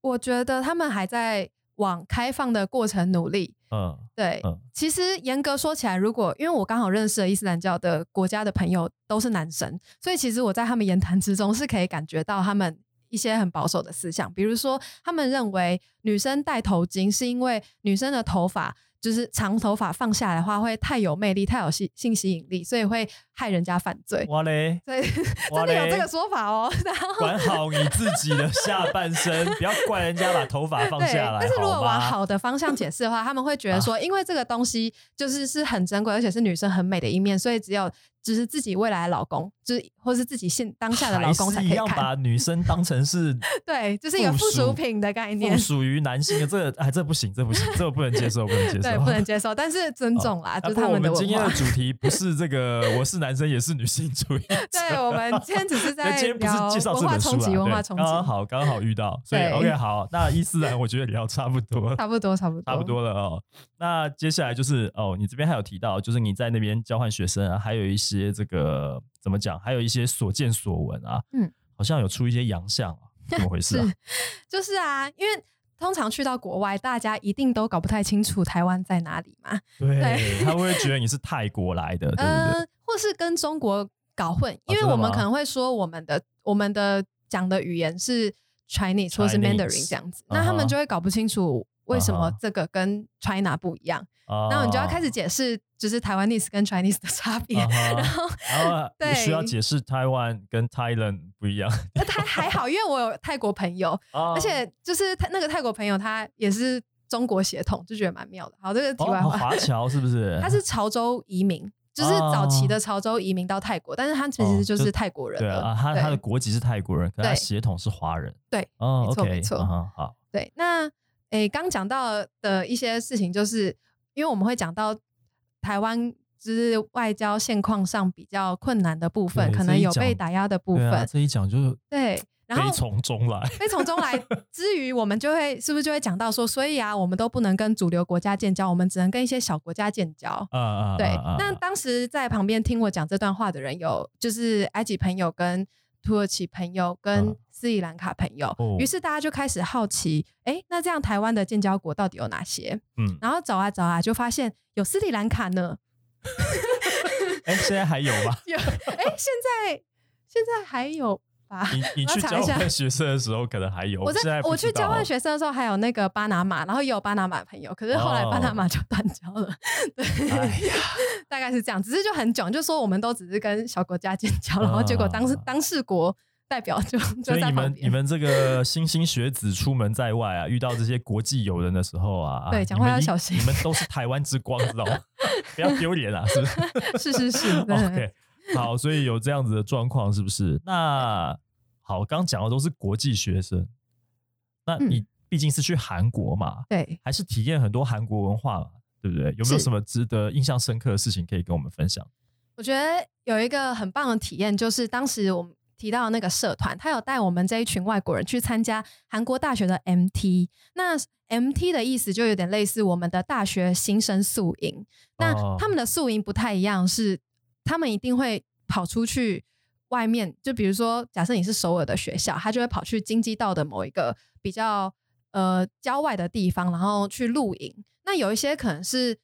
Speaker 2: 我觉得他们还在往开放的过程努力。
Speaker 1: 嗯
Speaker 2: 对，
Speaker 1: 嗯
Speaker 2: 其实严格说起来，如果因为我刚好认识的伊斯兰教的国家的朋友都是男生，所以其实我在他们言谈之中是可以感觉到他们一些很保守的思想，比如说他们认为女生戴头巾是因为女生的头发。就是长头发放下来的话，会太有魅力，太有吸性吸引力，所以会害人家犯罪。
Speaker 1: 哇
Speaker 2: [laughs]
Speaker 1: 嘞，
Speaker 2: 所以
Speaker 1: 哇
Speaker 2: 真的
Speaker 1: 嘞
Speaker 2: 有这个说法哦。然后
Speaker 1: 管好你自己的下半身，不要怪人家把头发放
Speaker 2: 对，
Speaker 1: 下来，
Speaker 2: 但是如果往
Speaker 1: 吗？啊
Speaker 2: 好的方向解释的话，他们会觉得说，因为这个东西就是是很珍贵，而且是女生很美的一面，所以只有只是自己未来的老公，就是或是自己现当下的老公才
Speaker 1: 还
Speaker 2: 可
Speaker 1: 是一
Speaker 2: 以
Speaker 1: 样
Speaker 2: 看。
Speaker 1: 把女生当成是
Speaker 2: [laughs] 对，就是一个附属品的概念
Speaker 1: 附。属于男性的。这个哎，这不行，这不行，这个不能接受，不能接受，
Speaker 2: 对，不能接受，但是尊重啦，
Speaker 1: 啊
Speaker 2: 就是
Speaker 1: 不过我
Speaker 2: 他们的
Speaker 1: 们今
Speaker 2: 文
Speaker 1: 天的
Speaker 2: 化。
Speaker 1: 主题不是这个，我是男生也是女性主义者。
Speaker 2: [laughs] 对，我们今天只是在
Speaker 1: [laughs] 那今天不是
Speaker 2: 聊
Speaker 1: 介绍这
Speaker 2: 文化
Speaker 1: 本书
Speaker 2: 冲
Speaker 1: 啊，
Speaker 2: 击，
Speaker 1: 对
Speaker 2: 文化冲击，
Speaker 1: 刚好刚好遇到，所以
Speaker 2: 对
Speaker 1: OK 好，那伊斯兰我觉得聊差不多了，
Speaker 2: [laughs] 差不多，差不多，
Speaker 1: 差不。多了哦。那接下来就是哦，你这边还有提到，就是你在那边交换学生啊，还有一些这个怎么讲，还有一些所见所闻啊，
Speaker 2: 嗯，
Speaker 1: 好像有出一些洋相啊，怎么回事啊？
Speaker 2: [laughs] 就是啊，因为通常去到国外，大家一定都搞不太清楚台湾在哪里嘛。
Speaker 1: 对，
Speaker 2: 对
Speaker 1: 他会不会觉得你是泰国来
Speaker 2: [laughs]
Speaker 1: 的，对不对？
Speaker 2: 嗯，或是跟中国搞混，因为
Speaker 1: 真的
Speaker 2: 我们
Speaker 1: 吗
Speaker 2: 可能会说我们的我们的讲的语言是 Chinese 或是
Speaker 1: Chinese
Speaker 2: Mandarin 这样子，
Speaker 1: 啊
Speaker 2: 那
Speaker 1: 哈
Speaker 2: 他们就会搞不清楚为什
Speaker 1: 啊
Speaker 2: 么
Speaker 1: 哈
Speaker 2: 这个跟 China 不一样，
Speaker 1: 啊
Speaker 2: 然后你就要开始解释就是台湾 nese 跟 Chinese 的差别，
Speaker 1: 啊哈
Speaker 2: [laughs] 然后
Speaker 1: 然后你
Speaker 2: 对
Speaker 1: 需要解释台湾跟 Thailand 不
Speaker 2: [laughs]
Speaker 1: 一样，啊
Speaker 2: 那他还好，因为我有泰国朋友，
Speaker 1: 而
Speaker 2: 而且就是他那个泰国朋友他也是中国血统，就觉得蛮妙的。好，这个题
Speaker 1: 哦
Speaker 2: 外
Speaker 1: 好
Speaker 2: 话，
Speaker 1: 华侨是不是？
Speaker 2: 他是潮州移民。就是早期的潮州移民到泰国，但是他其
Speaker 1: 哦
Speaker 2: 实就
Speaker 1: 就是
Speaker 2: 泰国人
Speaker 1: 对
Speaker 2: 了。
Speaker 1: 啊，他
Speaker 2: 对
Speaker 1: 他的国籍是泰国人，可是他
Speaker 2: 对
Speaker 1: 血统是华人。
Speaker 2: 对，
Speaker 1: 哦
Speaker 2: 没错
Speaker 1: ，OK，
Speaker 2: 没错
Speaker 1: 嗯哼好，
Speaker 2: 对，那诶，刚讲到的一些事情，就是因为我们会讲到台湾就是外交现况上比较困难的部分，
Speaker 1: 对
Speaker 2: 可
Speaker 1: 这
Speaker 2: 能
Speaker 1: 一
Speaker 2: 有被
Speaker 1: 讲
Speaker 2: 打压的部
Speaker 1: 对啊，
Speaker 2: 分，
Speaker 1: 这一讲就是
Speaker 2: 对，然
Speaker 1: 悲
Speaker 2: 后。
Speaker 1: 从中来，
Speaker 2: 悲从中
Speaker 1: [laughs]
Speaker 2: 来之余，我们就会是不是就会讲到说，所以啊，我们都不能跟主流国家建交，我们只能跟一些小国家建交。
Speaker 1: 啊啊，啊
Speaker 2: 对
Speaker 1: 啊，
Speaker 2: 那当时在旁边听我讲这段话的人有，就是埃及朋友、跟土耳其朋友、跟
Speaker 1: 嗯
Speaker 2: 斯里兰卡朋友
Speaker 1: 哦，
Speaker 2: 于是大家就开始好奇，哎，那这样台湾的建交国到底有哪些？
Speaker 1: 嗯，
Speaker 2: 然后找啊找啊，就发现有斯里兰卡呢，？
Speaker 1: 哎，现在还有吗
Speaker 2: [laughs] 有哎，现在现在还有吧？
Speaker 1: 你你
Speaker 2: [laughs] 我要
Speaker 1: 去
Speaker 2: 查
Speaker 1: 交
Speaker 2: 一下
Speaker 1: 换学生的时候可能还有，
Speaker 2: 我
Speaker 1: 现
Speaker 2: 在
Speaker 1: 不
Speaker 2: 我
Speaker 1: 知
Speaker 2: 去交
Speaker 1: 道哦
Speaker 2: 换学生的时候，还有那个巴拿马，然后也有巴拿马朋友，可是后来
Speaker 1: 哦
Speaker 2: 巴拿马就断交了。
Speaker 1: 哎
Speaker 2: 对，
Speaker 1: 呀，
Speaker 2: 大概是这样，只是就很囧，就说我们都只是跟小国家建交，然后结果当事
Speaker 1: 啊
Speaker 2: 当事国代表就 [laughs]
Speaker 1: 所
Speaker 2: 就
Speaker 1: 以
Speaker 2: 在
Speaker 1: 你
Speaker 2: 旁
Speaker 1: 们你
Speaker 2: 边。
Speaker 1: 们这个新兴学子出门在外啊，遇到这些国际友人的时候啊，
Speaker 2: 对
Speaker 1: 啊
Speaker 2: 讲话
Speaker 1: 你们
Speaker 2: 要
Speaker 1: 一
Speaker 2: 小心
Speaker 1: 你们都是台湾之光，知道吗？ [laughs] 不要丢脸啊，是不是？
Speaker 2: 是
Speaker 1: [laughs]
Speaker 2: 是是， [laughs] 对
Speaker 1: 哦 OK，好，所以有这样子的状况是不是？那好，刚讲的都是国际学生，那
Speaker 2: 嗯
Speaker 1: 你毕竟是去韩国嘛，
Speaker 2: 对。
Speaker 1: 还是体验很多韩国文化嘛，对不对？有没有
Speaker 2: 是
Speaker 1: 什么值得印象深刻的事情可以跟我们分享？
Speaker 2: 我觉得有一个很棒的体验，就是当时我们提到的那个社团，他有带我们这一群外国人去参加韩国大学的 MT。那 MT 的意思就有点类似我们的大学新生宿营。那
Speaker 1: 哦
Speaker 2: 他们的宿营不太一样，是他们一定会跑出去外面，就比如说，假设你是首尔的学校，他就会跑去京畿道的某一个比较呃郊外的地方，然后去露营。那有一些可能是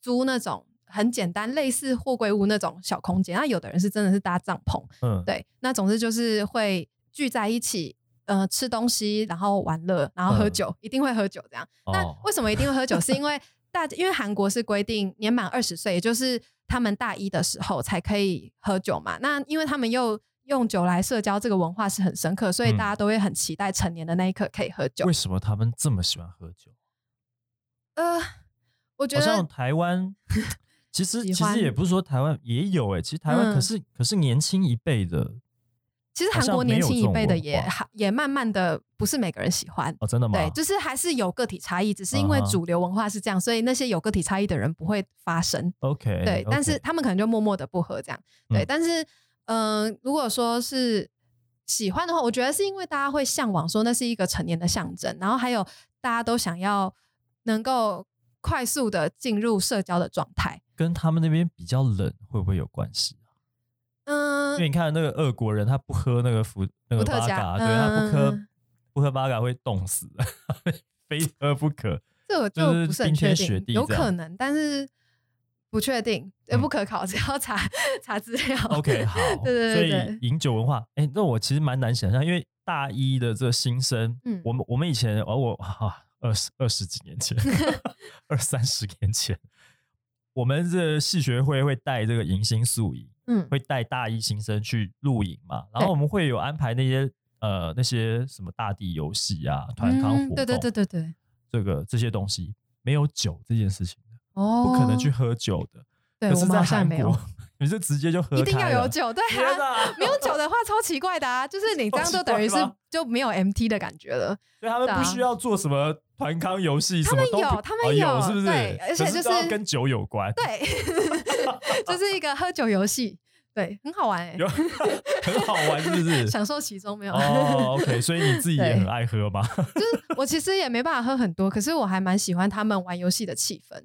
Speaker 2: 租那种很简单，类似货柜屋那种小空间，那有的人是真的是搭帐篷，
Speaker 1: 嗯，
Speaker 2: 对，那总之就是会聚在一起。呃，吃东西，然后玩乐，然后
Speaker 1: 嗯
Speaker 2: 喝酒，一定会喝酒这样。那
Speaker 1: 哦
Speaker 2: 为什么一定会喝酒？是因为大，因为韩国是规定年满二十岁，也就是他们大一的时候才可以喝酒嘛。那因为他们又用酒来社交，这个文化是很深刻，所以
Speaker 1: 嗯
Speaker 2: 大家都会很期待成年的那一刻可以喝酒
Speaker 1: 为。什么他们这么喜欢喝酒？
Speaker 2: 呃，我觉
Speaker 1: 好像
Speaker 2: 得
Speaker 1: 台
Speaker 2: [laughs]
Speaker 1: 湾。其实
Speaker 2: 喜
Speaker 1: 其
Speaker 2: 欢
Speaker 1: 实也不是说台湾也有哎、其实台湾可
Speaker 2: 嗯
Speaker 1: 是、可是年轻一辈的
Speaker 2: 其实
Speaker 1: 好
Speaker 2: 韩
Speaker 1: 像
Speaker 2: 国
Speaker 1: 没
Speaker 2: 年
Speaker 1: 有
Speaker 2: 轻
Speaker 1: 这
Speaker 2: 一
Speaker 1: 种
Speaker 2: 辈的
Speaker 1: 文
Speaker 2: 也
Speaker 1: 化
Speaker 2: 还也慢慢的不是每个人喜欢。
Speaker 1: 哦，真的吗？
Speaker 2: 对，就是还是有个体差异，只是因为
Speaker 1: 啊哈
Speaker 2: 主流文化是这样，所以那些有个体差异的人不会发生。
Speaker 1: OK，
Speaker 2: 对
Speaker 1: OK
Speaker 2: 但是他们可能就默默的不喝这样。对，
Speaker 1: 嗯
Speaker 2: 但是嗯、呃如果说是喜欢的话，我觉得是因为大家会向往说那是一个成年的象征，然后还有大家都想要能够快速的进入社交的状态。
Speaker 1: 跟他们那边比较冷会不会有关系？啊因为
Speaker 2: 嗯，
Speaker 1: 你看那个俄国人，他不喝那个伏那个
Speaker 2: 伏特
Speaker 1: 八嘎，
Speaker 2: 加
Speaker 1: 对他不喝
Speaker 2: 嗯
Speaker 1: 不喝八嘎会冻死， [laughs] 非喝不可。
Speaker 2: 这我
Speaker 1: 就
Speaker 2: 就是不是
Speaker 1: 冰
Speaker 2: 很
Speaker 1: 天
Speaker 2: 确
Speaker 1: 雪
Speaker 2: 定
Speaker 1: 地，
Speaker 2: 有
Speaker 1: 这样嗯
Speaker 2: 可能，但是不确定，也不可考，只 [laughs] 要查查资料。 [laughs]
Speaker 1: OK，好，
Speaker 2: 对对对
Speaker 1: 所以
Speaker 2: 对，
Speaker 1: 饮酒文化，哎、那我其实蛮难想象，因为大一的这新生，
Speaker 2: 嗯
Speaker 1: 我们我们以前，哦，我啊，二十二十几年
Speaker 2: [laughs]
Speaker 1: 前，二三十年前，我们这系学会会带这个迎新宿营，
Speaker 2: 嗯，
Speaker 1: 会带大一新生去露营嘛，然
Speaker 2: 对
Speaker 1: 后我们会有安排那些呃那些什么大地游戏啊、团康活
Speaker 2: 嗯
Speaker 1: 动，
Speaker 2: 对对对对对，
Speaker 1: 这个这些东西没有酒这件事情的，
Speaker 2: 哦，
Speaker 1: 不可能去，喝酒的。
Speaker 2: 对
Speaker 1: 可
Speaker 2: 我
Speaker 1: 是，
Speaker 2: 们
Speaker 1: 在
Speaker 2: 好像
Speaker 1: 韩
Speaker 2: 没有
Speaker 1: 国，， [laughs] 你就直接就喝
Speaker 2: 一定
Speaker 1: 开
Speaker 2: 要
Speaker 1: 了
Speaker 2: 有。酒，对
Speaker 1: [laughs] 天
Speaker 2: 啊。
Speaker 1: 哪
Speaker 2: 没有酒的话，超奇怪的啊！就是你这样
Speaker 1: 超
Speaker 2: 就
Speaker 1: 奇怪
Speaker 2: 等于是
Speaker 1: 吗
Speaker 2: 就没有 MT 的感觉了。 [laughs]
Speaker 1: 所以他们不需要做什么团康游戏，什
Speaker 2: 他
Speaker 1: 么
Speaker 2: 们
Speaker 1: 都不
Speaker 2: 有他们
Speaker 1: 哦有，
Speaker 2: 有
Speaker 1: 是不是？
Speaker 2: 对而且
Speaker 1: 可是
Speaker 2: 就
Speaker 1: 都要
Speaker 2: 是
Speaker 1: 跟酒有关，
Speaker 2: 对，就是一个喝酒游戏，对，很好玩哎、
Speaker 1: 有很好玩，是不是？
Speaker 2: [laughs] 享受其中没有？嗯
Speaker 1: 哦，OK，所以 [laughs] 你自己也很爱喝
Speaker 2: [laughs]
Speaker 1: 吗？
Speaker 2: 我其实也没办法喝很多，可是我还蛮喜欢他们玩游戏的气氛。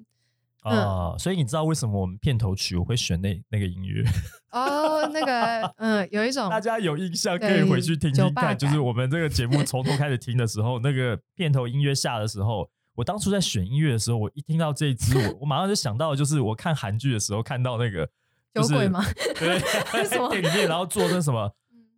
Speaker 1: 啊，所以你知道为什么我们片头曲我会选那那个音乐？
Speaker 2: 哦，那个，嗯，有一
Speaker 1: [laughs]
Speaker 2: 种
Speaker 1: 大家有印象可
Speaker 2: 对
Speaker 1: 以回去听听
Speaker 2: 酒吧
Speaker 1: 看，
Speaker 2: 感
Speaker 1: 就是我们这个节目从头开始听的时候，那个片头音乐下的时候，我当初在选音乐的时候，我一听到这一支，我我马上就想到，就是我看韩剧的时候看到那个
Speaker 2: 酒
Speaker 1: 就是
Speaker 2: 鬼吗？ [laughs]
Speaker 1: 对，
Speaker 2: 什么
Speaker 1: 店里面然后做那什么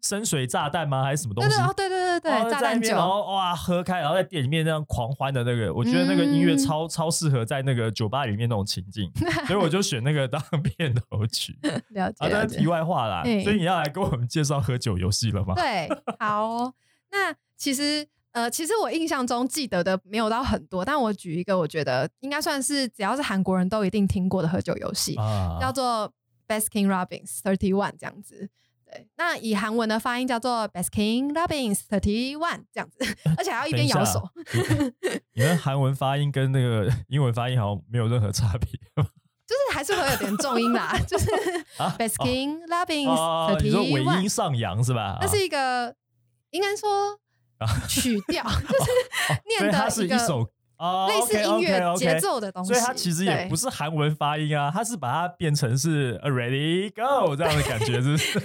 Speaker 1: 深水炸弹吗？还是什么东
Speaker 2: 对
Speaker 1: 西
Speaker 2: 对？哦，对对对
Speaker 1: 然
Speaker 2: 对，
Speaker 1: 后
Speaker 2: 炸
Speaker 1: 在里哦
Speaker 2: 弹
Speaker 1: 面然
Speaker 2: 酒，
Speaker 1: 后哇喝开，然后在店里面那样狂欢的那个，我觉得那个音乐
Speaker 2: 嗯
Speaker 1: 超、超适合在那个酒吧里面那种情
Speaker 2: [laughs]
Speaker 1: 境，所以我就选那个当片头曲。
Speaker 2: [laughs] 了解 [laughs]
Speaker 1: 啊，这
Speaker 2: 了
Speaker 1: 是题
Speaker 2: 解。
Speaker 1: 外话啦，
Speaker 2: 哎
Speaker 1: 所以你要来跟我们介绍喝酒游戏了吗？
Speaker 2: 对，好哦。那其实呃，其实我印象中记得的没有到很多，但我举一个我觉得应该算是只要是韩国人都一定听过的喝酒游戏， [laughs]
Speaker 1: 啊
Speaker 2: 叫做 Baskin Robbins Thirty One 这样子。对，那以韩文的发音叫做 Baskin Robbins Thirty One 这样子，而且还要一边摇手。
Speaker 1: 等一下。你你们韩文发音跟那个英文发音好像没有任何差别
Speaker 2: 就是还是会有点重音啦， [laughs] 就是
Speaker 1: 啊
Speaker 2: Baskin Robbins
Speaker 1: 哦，你说尾
Speaker 2: Thirty
Speaker 1: 音
Speaker 2: One，
Speaker 1: 上扬是吧？哦
Speaker 2: 那是一个应该说曲
Speaker 1: [laughs]
Speaker 2: 调，就是
Speaker 1: 啊哦
Speaker 2: 念
Speaker 1: 所以
Speaker 2: 的
Speaker 1: 它是
Speaker 2: 一个
Speaker 1: 首哦
Speaker 2: 类似音乐
Speaker 1: OK，OK，OK
Speaker 2: 节奏的东西。
Speaker 1: 所以它其实也不
Speaker 2: 是
Speaker 1: 是韩文发音啊，它是把它变成是 a ready go 这样的感觉，是不 [laughs] 是？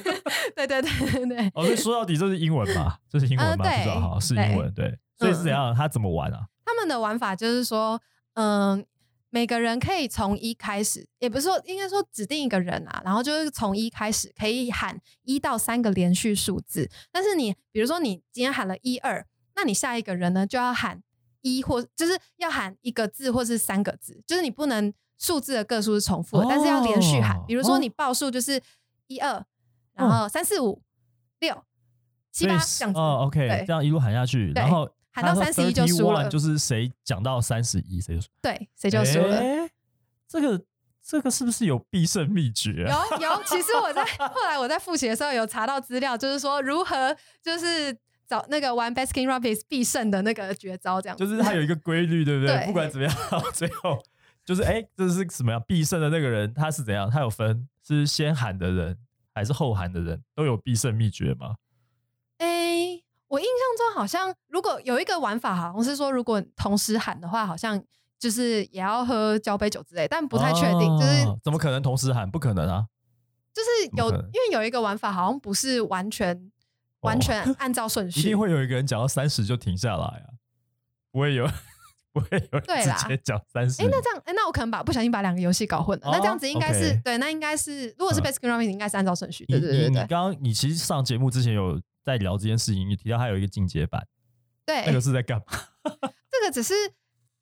Speaker 2: 对对对对对。
Speaker 1: 哦，所以说到底就是英文吧，这是英文吧？
Speaker 2: 呃对嗯
Speaker 1: 不知道哈，是英文对。所以是怎样？它怎么玩啊？
Speaker 2: 他们的玩法就是说，嗯，每个人可以从一开始，也不是说应该说指定一个人啊，然后就是从一开始可以喊一到三个连续数字，但是你比如说你今天喊了一二，那你下一个人呢就要喊一或就是要喊一个字或是三个字，就是你不能数字的个数是重复的，但是要连续喊
Speaker 1: 哦，
Speaker 2: 比如说你报数就是一二，然后三四五六七
Speaker 1: 所以
Speaker 2: 八
Speaker 1: 是
Speaker 2: 这样子，
Speaker 1: 哦，OK，
Speaker 2: 对
Speaker 1: 这样一路喊下去，
Speaker 2: 对
Speaker 1: 然后
Speaker 2: 喊到
Speaker 1: 它
Speaker 2: 31就输了
Speaker 1: 31就是谁讲到三十一谁就输，
Speaker 2: 对，谁就输了。
Speaker 1: 诶这个这个是不是有必胜秘诀啊？
Speaker 2: 有有，其实我在 [laughs] 后来我在复习的时候有查到资料，就是说如何就是找那个玩 Baskin Robbins 必胜的那个绝招， [laughs] 这样
Speaker 1: 就是
Speaker 2: 子
Speaker 1: 它有一个规律，对不对？
Speaker 2: 对
Speaker 1: 不管怎么样，最后就是哎，诶这是什么样？必胜的那个人他是怎样？他有分是先喊的人还是后喊的人都有必胜秘诀吗？
Speaker 2: 哎、我印象中好像如果有一个玩法，好像是说如果同时喊的话，好像就是也要喝交杯酒之类，但不太确定，就是
Speaker 1: 哦怎么可能同时喊？不可能啊！
Speaker 2: 就是
Speaker 1: 怎么
Speaker 2: 有
Speaker 1: 可能
Speaker 2: 因为有一个玩法好像不是完全
Speaker 1: 哦
Speaker 2: 完
Speaker 1: [laughs]
Speaker 2: 全按照顺
Speaker 1: 一
Speaker 2: 序，
Speaker 1: 定会有一个人讲到三十就停下来啊，不会有 [laughs] 不会有人
Speaker 2: 对啦
Speaker 1: 直接讲三十。
Speaker 2: 哎、那这样，哎、那我可能把不小心把两个游戏搞混了。那这样子应该是、
Speaker 1: 哦 OK
Speaker 2: 对，那应该是如果是
Speaker 1: 嗯
Speaker 2: Baskin Robbins，应该是按照顺序。
Speaker 1: 你
Speaker 2: 对对对
Speaker 1: 你你
Speaker 2: 对
Speaker 1: 刚刚你其实上节目之前有在聊这件事情，你提到还有一个进阶版，
Speaker 2: 对。
Speaker 1: 那个是在干嘛？
Speaker 2: 这个只是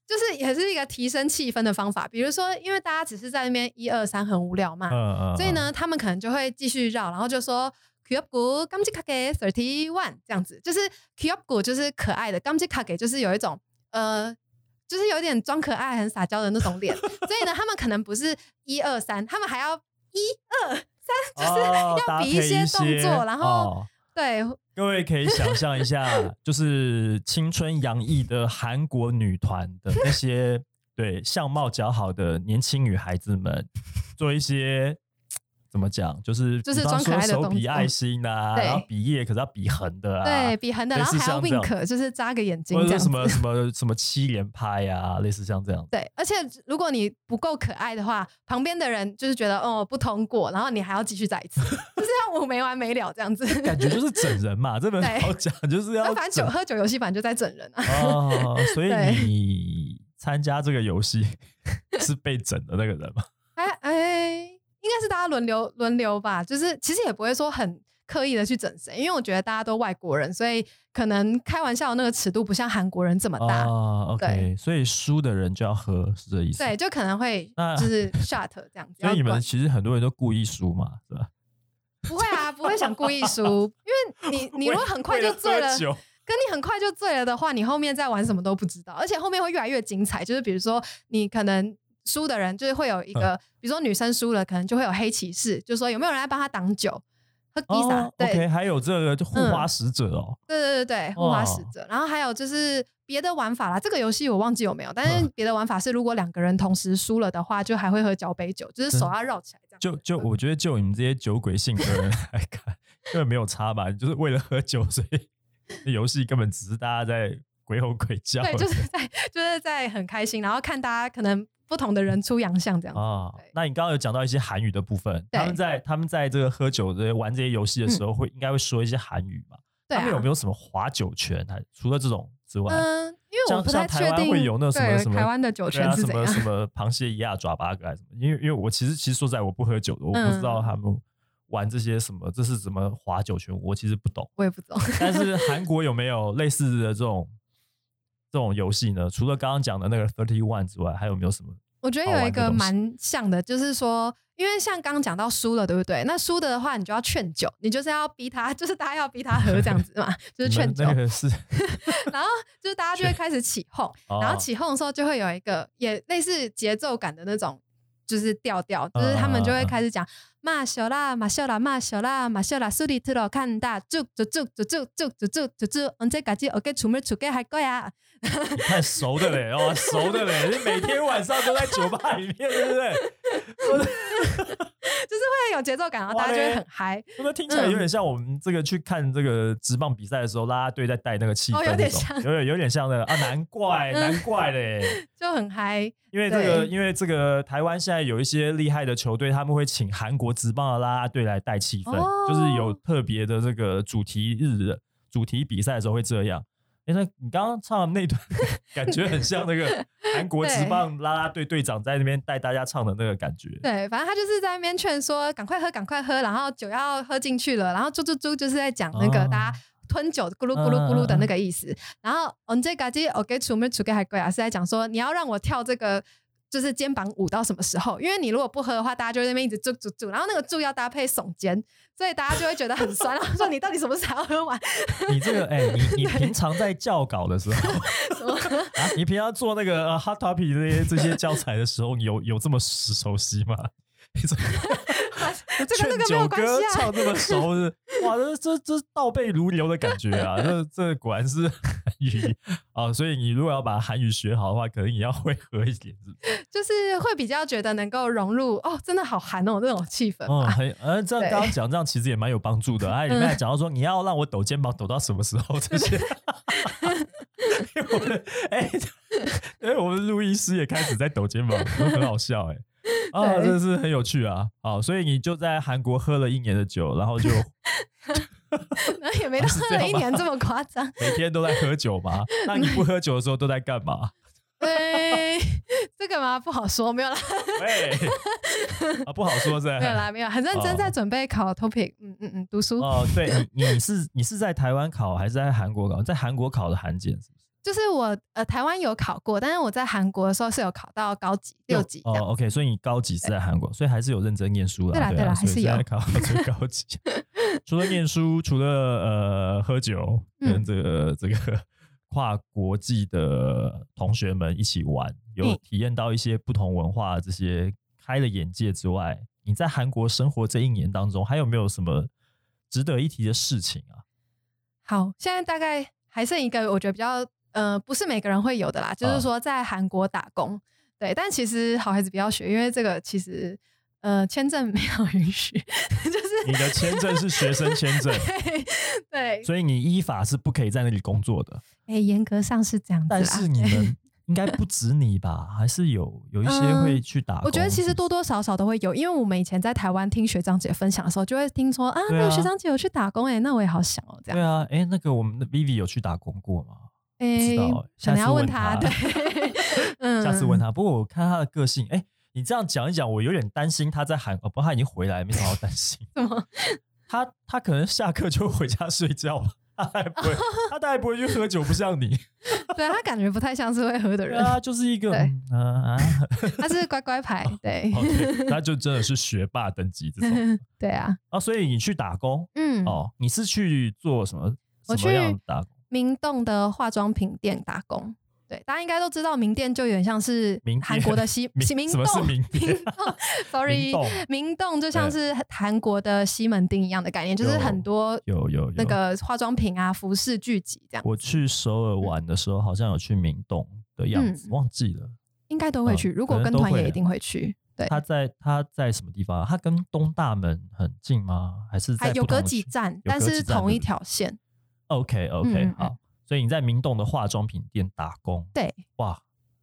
Speaker 2: 就是也是一个提升气氛的方法。比如说，因为大家只是在那边一二三很无聊嘛，
Speaker 1: 嗯嗯。
Speaker 2: [laughs] 所以呢，他们可能就会继续绕，然后就说。k u b u g a m j i k a g e thirty one 这样子，就是 k u b u 就是可爱的 g a m j i k a g e 就是有一种呃，就是有点装可爱、很撒娇的那种脸。所以呢，他们可能不是一二三，他们还要一二
Speaker 1: 嗯，
Speaker 2: 三，就是、
Speaker 1: 哦
Speaker 2: 要比
Speaker 1: 搭
Speaker 2: 一
Speaker 1: 配
Speaker 2: 些
Speaker 1: 一
Speaker 2: 动作然后
Speaker 1: 哦
Speaker 2: 对
Speaker 1: 各位可以想象一
Speaker 2: [laughs]
Speaker 1: 下，就是青春洋溢的韩国女团的那
Speaker 2: [laughs]
Speaker 1: 些对相貌较好的年轻女孩子们，做一些怎么讲，就是
Speaker 2: 就是
Speaker 1: 比方
Speaker 2: 装可
Speaker 1: 说
Speaker 2: 爱的
Speaker 1: 手
Speaker 2: 动
Speaker 1: 比
Speaker 2: 作
Speaker 1: 爱心啊，
Speaker 2: 对
Speaker 1: 然后比耶，可是要比横的啊，
Speaker 2: 对比横的，
Speaker 1: 类
Speaker 2: 然后
Speaker 1: 似
Speaker 2: 还要
Speaker 1: 像这样
Speaker 2: wink，就是眨个眼睛
Speaker 1: 或
Speaker 2: 这
Speaker 1: 者
Speaker 2: 样
Speaker 1: 是
Speaker 2: 子
Speaker 1: 什。么什么什么七连拍啊，类似像这样。
Speaker 2: 对，而且如果你不够可爱的话，旁边的人就是觉得哦不通过，然后你还要继续再
Speaker 1: [laughs]
Speaker 2: 一次，就是要我没完没了这样子。
Speaker 1: 感觉就是整人
Speaker 2: [laughs]
Speaker 1: 嘛，这本
Speaker 2: 对
Speaker 1: 好讲，就是
Speaker 2: 那
Speaker 1: 要
Speaker 2: 反正
Speaker 1: 整
Speaker 2: 酒喝酒游戏版就在整人啊，
Speaker 1: 哦，所以
Speaker 2: 对
Speaker 1: 你参加这个游
Speaker 2: [laughs]
Speaker 1: 戏是被整的那个人吗？
Speaker 2: 哎哎，应该是大家轮流轮流吧，就是其实也不会说很刻意的去整谁，因为我觉得大家都外国人，所以可能开玩笑的那个尺度不像韩国人这么大，
Speaker 1: 哦，OK，
Speaker 2: 对
Speaker 1: 所以输的人就要喝，是这意思？
Speaker 2: 对，，就可能会
Speaker 1: 那
Speaker 2: 就是 shut 这样子。
Speaker 1: 所以
Speaker 2: 要
Speaker 1: 你们
Speaker 2: 管
Speaker 1: 其实很多人都故意输嘛，是吧？
Speaker 2: 不会啊，不会想故意输，因为
Speaker 1: [laughs]
Speaker 2: 你你如果很快就醉
Speaker 1: 为
Speaker 2: 了
Speaker 1: 喝。酒
Speaker 2: 跟你很快就醉了的话，你后面再玩什么都不知道，而且后面会越来越精彩。就是比如说，你可能输的人就是会有一
Speaker 1: 嗯
Speaker 2: 个，比如说女生输了，可能就会有黑骑士，就说有没有人来帮她挡酒，喝披萨，
Speaker 1: 哦
Speaker 2: 对、嗯
Speaker 1: ，OK，还有这个就护花使者哦，
Speaker 2: 对对对对，护花使者。然后还有就是别的玩法啦，这个游戏我忘记有没有，但是
Speaker 1: 嗯
Speaker 2: 别的玩法是，如果两个人同时输了的话，就还会喝交杯酒，就是手要绕起来这样。
Speaker 1: 嗯就就我觉得就你们这些酒鬼性格的人 [laughs] 来看，根本没有差吧？你就是为了喝酒，所以 [laughs] 这游戏根本只是大家在鬼吼鬼叫而已，
Speaker 2: 对，就是在 [laughs] 就是在很开心，然后看大家可能不同的人出洋相这样子。
Speaker 1: 啊
Speaker 2: 对。
Speaker 1: 那你刚刚有讲到一些韩语的部分，
Speaker 2: 对嗯
Speaker 1: 他们在他们在这个喝酒的玩这些游戏的时候，会应该会说一些韩语嘛？
Speaker 2: 对、
Speaker 1: 他们有
Speaker 2: 啊
Speaker 1: 没。有什么划酒拳？还除了这种之外，
Speaker 2: 嗯，因为我
Speaker 1: 像
Speaker 2: 不太
Speaker 1: 像
Speaker 2: 确
Speaker 1: 台湾
Speaker 2: 定
Speaker 1: 会有那什么
Speaker 2: 对
Speaker 1: 什么
Speaker 2: 台湾的酒
Speaker 1: 对
Speaker 2: 泉
Speaker 1: 啊，
Speaker 2: 是
Speaker 1: 什
Speaker 2: 怎
Speaker 1: 么
Speaker 2: 样。
Speaker 1: 什么螃蟹一压爪八个还是什么？因为因为我其实其实说实在，我不喝酒的，我不知
Speaker 2: 嗯
Speaker 1: 道他们玩这些什么，这是怎么划酒拳，我其实不懂。
Speaker 2: 我也不懂，
Speaker 1: 但是韩国有没有类似的这种这种游戏呢？除了刚刚讲的那个 Thirty One 之外，还有没有什么？
Speaker 2: 我觉得
Speaker 1: 好
Speaker 2: 有一
Speaker 1: 玩的
Speaker 2: 个
Speaker 1: 东西
Speaker 2: 蛮像的，就是说，因为像刚刚讲到输了，对不对？那输的话，你就要劝酒，你就是要逼他，就是大家要逼他喝这样子嘛，就是
Speaker 1: 你
Speaker 2: 劝
Speaker 1: 们
Speaker 2: 酒。
Speaker 1: 那个是，
Speaker 2: 然后就是大家就会开始起
Speaker 1: [laughs]
Speaker 2: 哄，
Speaker 1: 哦
Speaker 2: 然后起哄的时候就会有一个也类似节奏感的那种，就是调调，
Speaker 1: 嗯
Speaker 2: 就是他们就会开始讲骂小啦骂小啦骂小啦骂小啦，苏里特罗看大住住住住住住住住住住，언제까지어깨춤을추게할呀。
Speaker 1: 你看熟的嘞，哦，熟的嘞，你每天晚上都在酒吧里面，对不对？
Speaker 2: 就是会 [laughs] 有节奏感，然后大家就会很嗨，
Speaker 1: 我们听起来
Speaker 2: 嗯
Speaker 1: 有点像我们这个去看这个职棒比赛的时候，啦啦队在带那个气氛
Speaker 2: 哦
Speaker 1: 那种，
Speaker 2: 有点像
Speaker 1: 有点有点像那个
Speaker 2: [laughs]
Speaker 1: 啊，难怪
Speaker 2: 嗯
Speaker 1: 难怪
Speaker 2: [laughs]
Speaker 1: 嘞，
Speaker 2: 就很嗨。
Speaker 1: 因为这个
Speaker 2: 对
Speaker 1: 因为这个台湾现在有一些厉害的球队，他们会请韩国职棒的啦啦队来带气氛，
Speaker 2: 哦
Speaker 1: 就是有特别的这个主题日的主题比赛的时候会这样。哎，那你刚刚唱的那段
Speaker 2: [laughs]
Speaker 1: 感觉很像那个韩国职棒啦啦队队长在那边带大家唱的那个感觉。
Speaker 2: 对，反正他就是在那边劝说，赶快喝，赶快喝，然后酒要喝进去了，然后猪猪猪就是在讲那个
Speaker 1: 哦嗯
Speaker 2: 大家。吞酒咕噜咕噜咕噜的那个意思，然后언제까지어깨춤을추게할啊，是在讲说你要让我跳这个就是肩膀舞到什么时候？因为你如果不喝的话，大家就会在那边一直住住住，然后那个住要搭配耸肩，所以大家就会觉得很酸，然后说你到底什么时候喝完？ [laughs]
Speaker 1: 你这个哎、你你平常在校稿的时候， [laughs] 啊，你平常做那个、呃 hot topic 这些这些教材的时候，你有有这么熟熟悉吗？ [laughs] 你怎么
Speaker 2: [laughs] 这跟这个没
Speaker 1: 劝酒
Speaker 2: 有关系啊
Speaker 1: 歌唱这么熟
Speaker 2: [laughs]
Speaker 1: 是，哇，这这这倒背如流的感觉啊！这这果然是韩语 [laughs] 啊，所以你如果要把韩语学好的话，可能也要会合一点，是不是？
Speaker 2: 就是会比较觉得能够融入哦，真的好韩哦那种气氛
Speaker 1: 嗯，
Speaker 2: 吧。
Speaker 1: 很呃，这样
Speaker 2: 对嗯
Speaker 1: 刚刚讲这样其实也蛮有帮助的。哎，里面还讲到说你要让我抖肩膀抖到什么时候这
Speaker 2: [laughs]
Speaker 1: 些，因为我们哎，因为我们录音师也开始在抖肩膀，很好笑哎。啊，
Speaker 2: 对
Speaker 1: 真的是很有趣啊！好，所以你就在韩国喝了一年的酒，然后就
Speaker 2: 然后也没到
Speaker 1: 哦是这
Speaker 2: 喝
Speaker 1: 样
Speaker 2: 了一
Speaker 1: 吗
Speaker 2: 年这么夸张，
Speaker 1: 每天都在喝酒嘛？那你不喝酒的时候都在干嘛？
Speaker 2: [laughs] 对，这个嘛不好说，没有啦， [laughs]
Speaker 1: 喂，啊，不好说是吧
Speaker 2: 没有啦，没有，很认真在
Speaker 1: 哦
Speaker 2: 准备考 topic，嗯嗯嗯，读书、
Speaker 1: 哦，对你，你是你是在台湾考还是在韩国考？在韩国考的韩检是不是
Speaker 2: 就是我呃台湾有考过，但是我在韩国的时候是有考到高级六级这
Speaker 1: 哦
Speaker 2: 样，
Speaker 1: ，OK，所以你高级是在韩国，所以还是有认真念书啦。
Speaker 2: 对啦
Speaker 1: 对啊
Speaker 2: 对啦
Speaker 1: 所以
Speaker 2: 还是有
Speaker 1: 在考到最高级。 [laughs] 除了念书，除了呃喝酒，跟
Speaker 2: 嗯
Speaker 1: 这个、这个跨国际的同学们一起玩，有
Speaker 2: 嗯
Speaker 1: 体验到一些不同文化，这些开了眼界之外，你在韩国生活这一年当中，还有没有什么值得一提的事情啊？
Speaker 2: 好，现在大概还剩一个，我觉得比较呃不是每个人会有的啦，就
Speaker 1: 啊
Speaker 2: 是说在韩国打工，对，但其实好孩子不要学，因为这个其实。呃，签证没有允许， [laughs] 就是
Speaker 1: 你的签证是学生签
Speaker 2: [laughs]
Speaker 1: 证，
Speaker 2: 对对，
Speaker 1: 所以你依法是不可以在那里工作的。
Speaker 2: 哎，严格上是这样子啊
Speaker 1: 但
Speaker 2: 啦。
Speaker 1: 是你
Speaker 2: [laughs]
Speaker 1: 们应该不止你吧？还是有有一些
Speaker 2: 嗯
Speaker 1: 会去打工。
Speaker 2: 我觉得其
Speaker 1: 是
Speaker 2: 实
Speaker 1: 不
Speaker 2: 多
Speaker 1: 是
Speaker 2: 多少少都会有，因为我们以前在台湾听学长姐分享的时候，就会听说啊，
Speaker 1: 对啊
Speaker 2: 那个学长姐有去打工哎、那我也好想哦，这样
Speaker 1: 对。啊，哎，那个我们的 Vivi 有去打工过吗？
Speaker 2: 哎、
Speaker 1: 知道欸
Speaker 2: 可能
Speaker 1: 下
Speaker 2: 要
Speaker 1: 次
Speaker 2: 问
Speaker 1: 问他
Speaker 2: 对，嗯，
Speaker 1: 下次
Speaker 2: [laughs]
Speaker 1: 问他。不过我看他的个性，哎，你这样讲一讲，我有点担心他在韩，哦，不，他已经回来，没什么好担
Speaker 2: [laughs]
Speaker 1: 心。
Speaker 2: 嗯什么？
Speaker 1: 他他可能下课就回家睡觉了，他还不
Speaker 2: [laughs]
Speaker 1: 会，他大概不会去喝酒，不像你。
Speaker 2: 对他感觉不太像是会喝的
Speaker 1: 对 [laughs]
Speaker 2: 人，
Speaker 1: 啊，就是一个
Speaker 2: 对
Speaker 1: 嗯啊啊，
Speaker 2: 他是乖乖牌，对
Speaker 1: 哦
Speaker 2: [laughs]
Speaker 1: 对他就真的是学霸等级这种
Speaker 2: 对啊，
Speaker 1: 啊。所以你去打工
Speaker 2: 嗯，
Speaker 1: 哦，你是去做什么？
Speaker 2: 我
Speaker 1: 什么样
Speaker 2: 去
Speaker 1: 的打工？
Speaker 2: 明洞的化妆品店打工。对，大家应该都知道，明店就有点像是
Speaker 1: 名店
Speaker 2: 韩国
Speaker 1: [laughs]
Speaker 2: 的西
Speaker 1: 名
Speaker 2: 西 [laughs] 明
Speaker 1: 什么
Speaker 2: 洞，
Speaker 1: 是名店
Speaker 2: 洞，sorry，
Speaker 1: [laughs] 明洞
Speaker 2: [laughs] 明洞就像是韩国的西门町一样的概念，就是
Speaker 1: 有
Speaker 2: 很多
Speaker 1: 有有有
Speaker 2: 那个化妆品啊、服饰聚集这样，
Speaker 1: 我去首尔玩的时候，好像有去明洞的样子，
Speaker 2: 嗯
Speaker 1: 忘记了。
Speaker 2: 应该都会去。
Speaker 1: 嗯
Speaker 2: 如果
Speaker 1: 可
Speaker 2: 跟
Speaker 1: 能都
Speaker 2: 团
Speaker 1: 会
Speaker 2: 也
Speaker 1: 啊
Speaker 2: 一定会去。对，
Speaker 1: 它在它在什么地方啊？它跟东大门很近吗？还是
Speaker 2: 还
Speaker 1: 在
Speaker 2: 有
Speaker 1: 不同
Speaker 2: 隔
Speaker 1: 的
Speaker 2: 几
Speaker 1: 区
Speaker 2: 站
Speaker 1: 有，
Speaker 2: 但
Speaker 1: 隔
Speaker 2: 是
Speaker 1: 几站
Speaker 2: 同
Speaker 1: 对
Speaker 2: 一
Speaker 1: 不对
Speaker 2: 条线。
Speaker 1: OK OK，、
Speaker 2: 嗯嗯嗯
Speaker 1: 好，所以你在明洞的化妆品店打工，
Speaker 2: 对，
Speaker 1: 哇，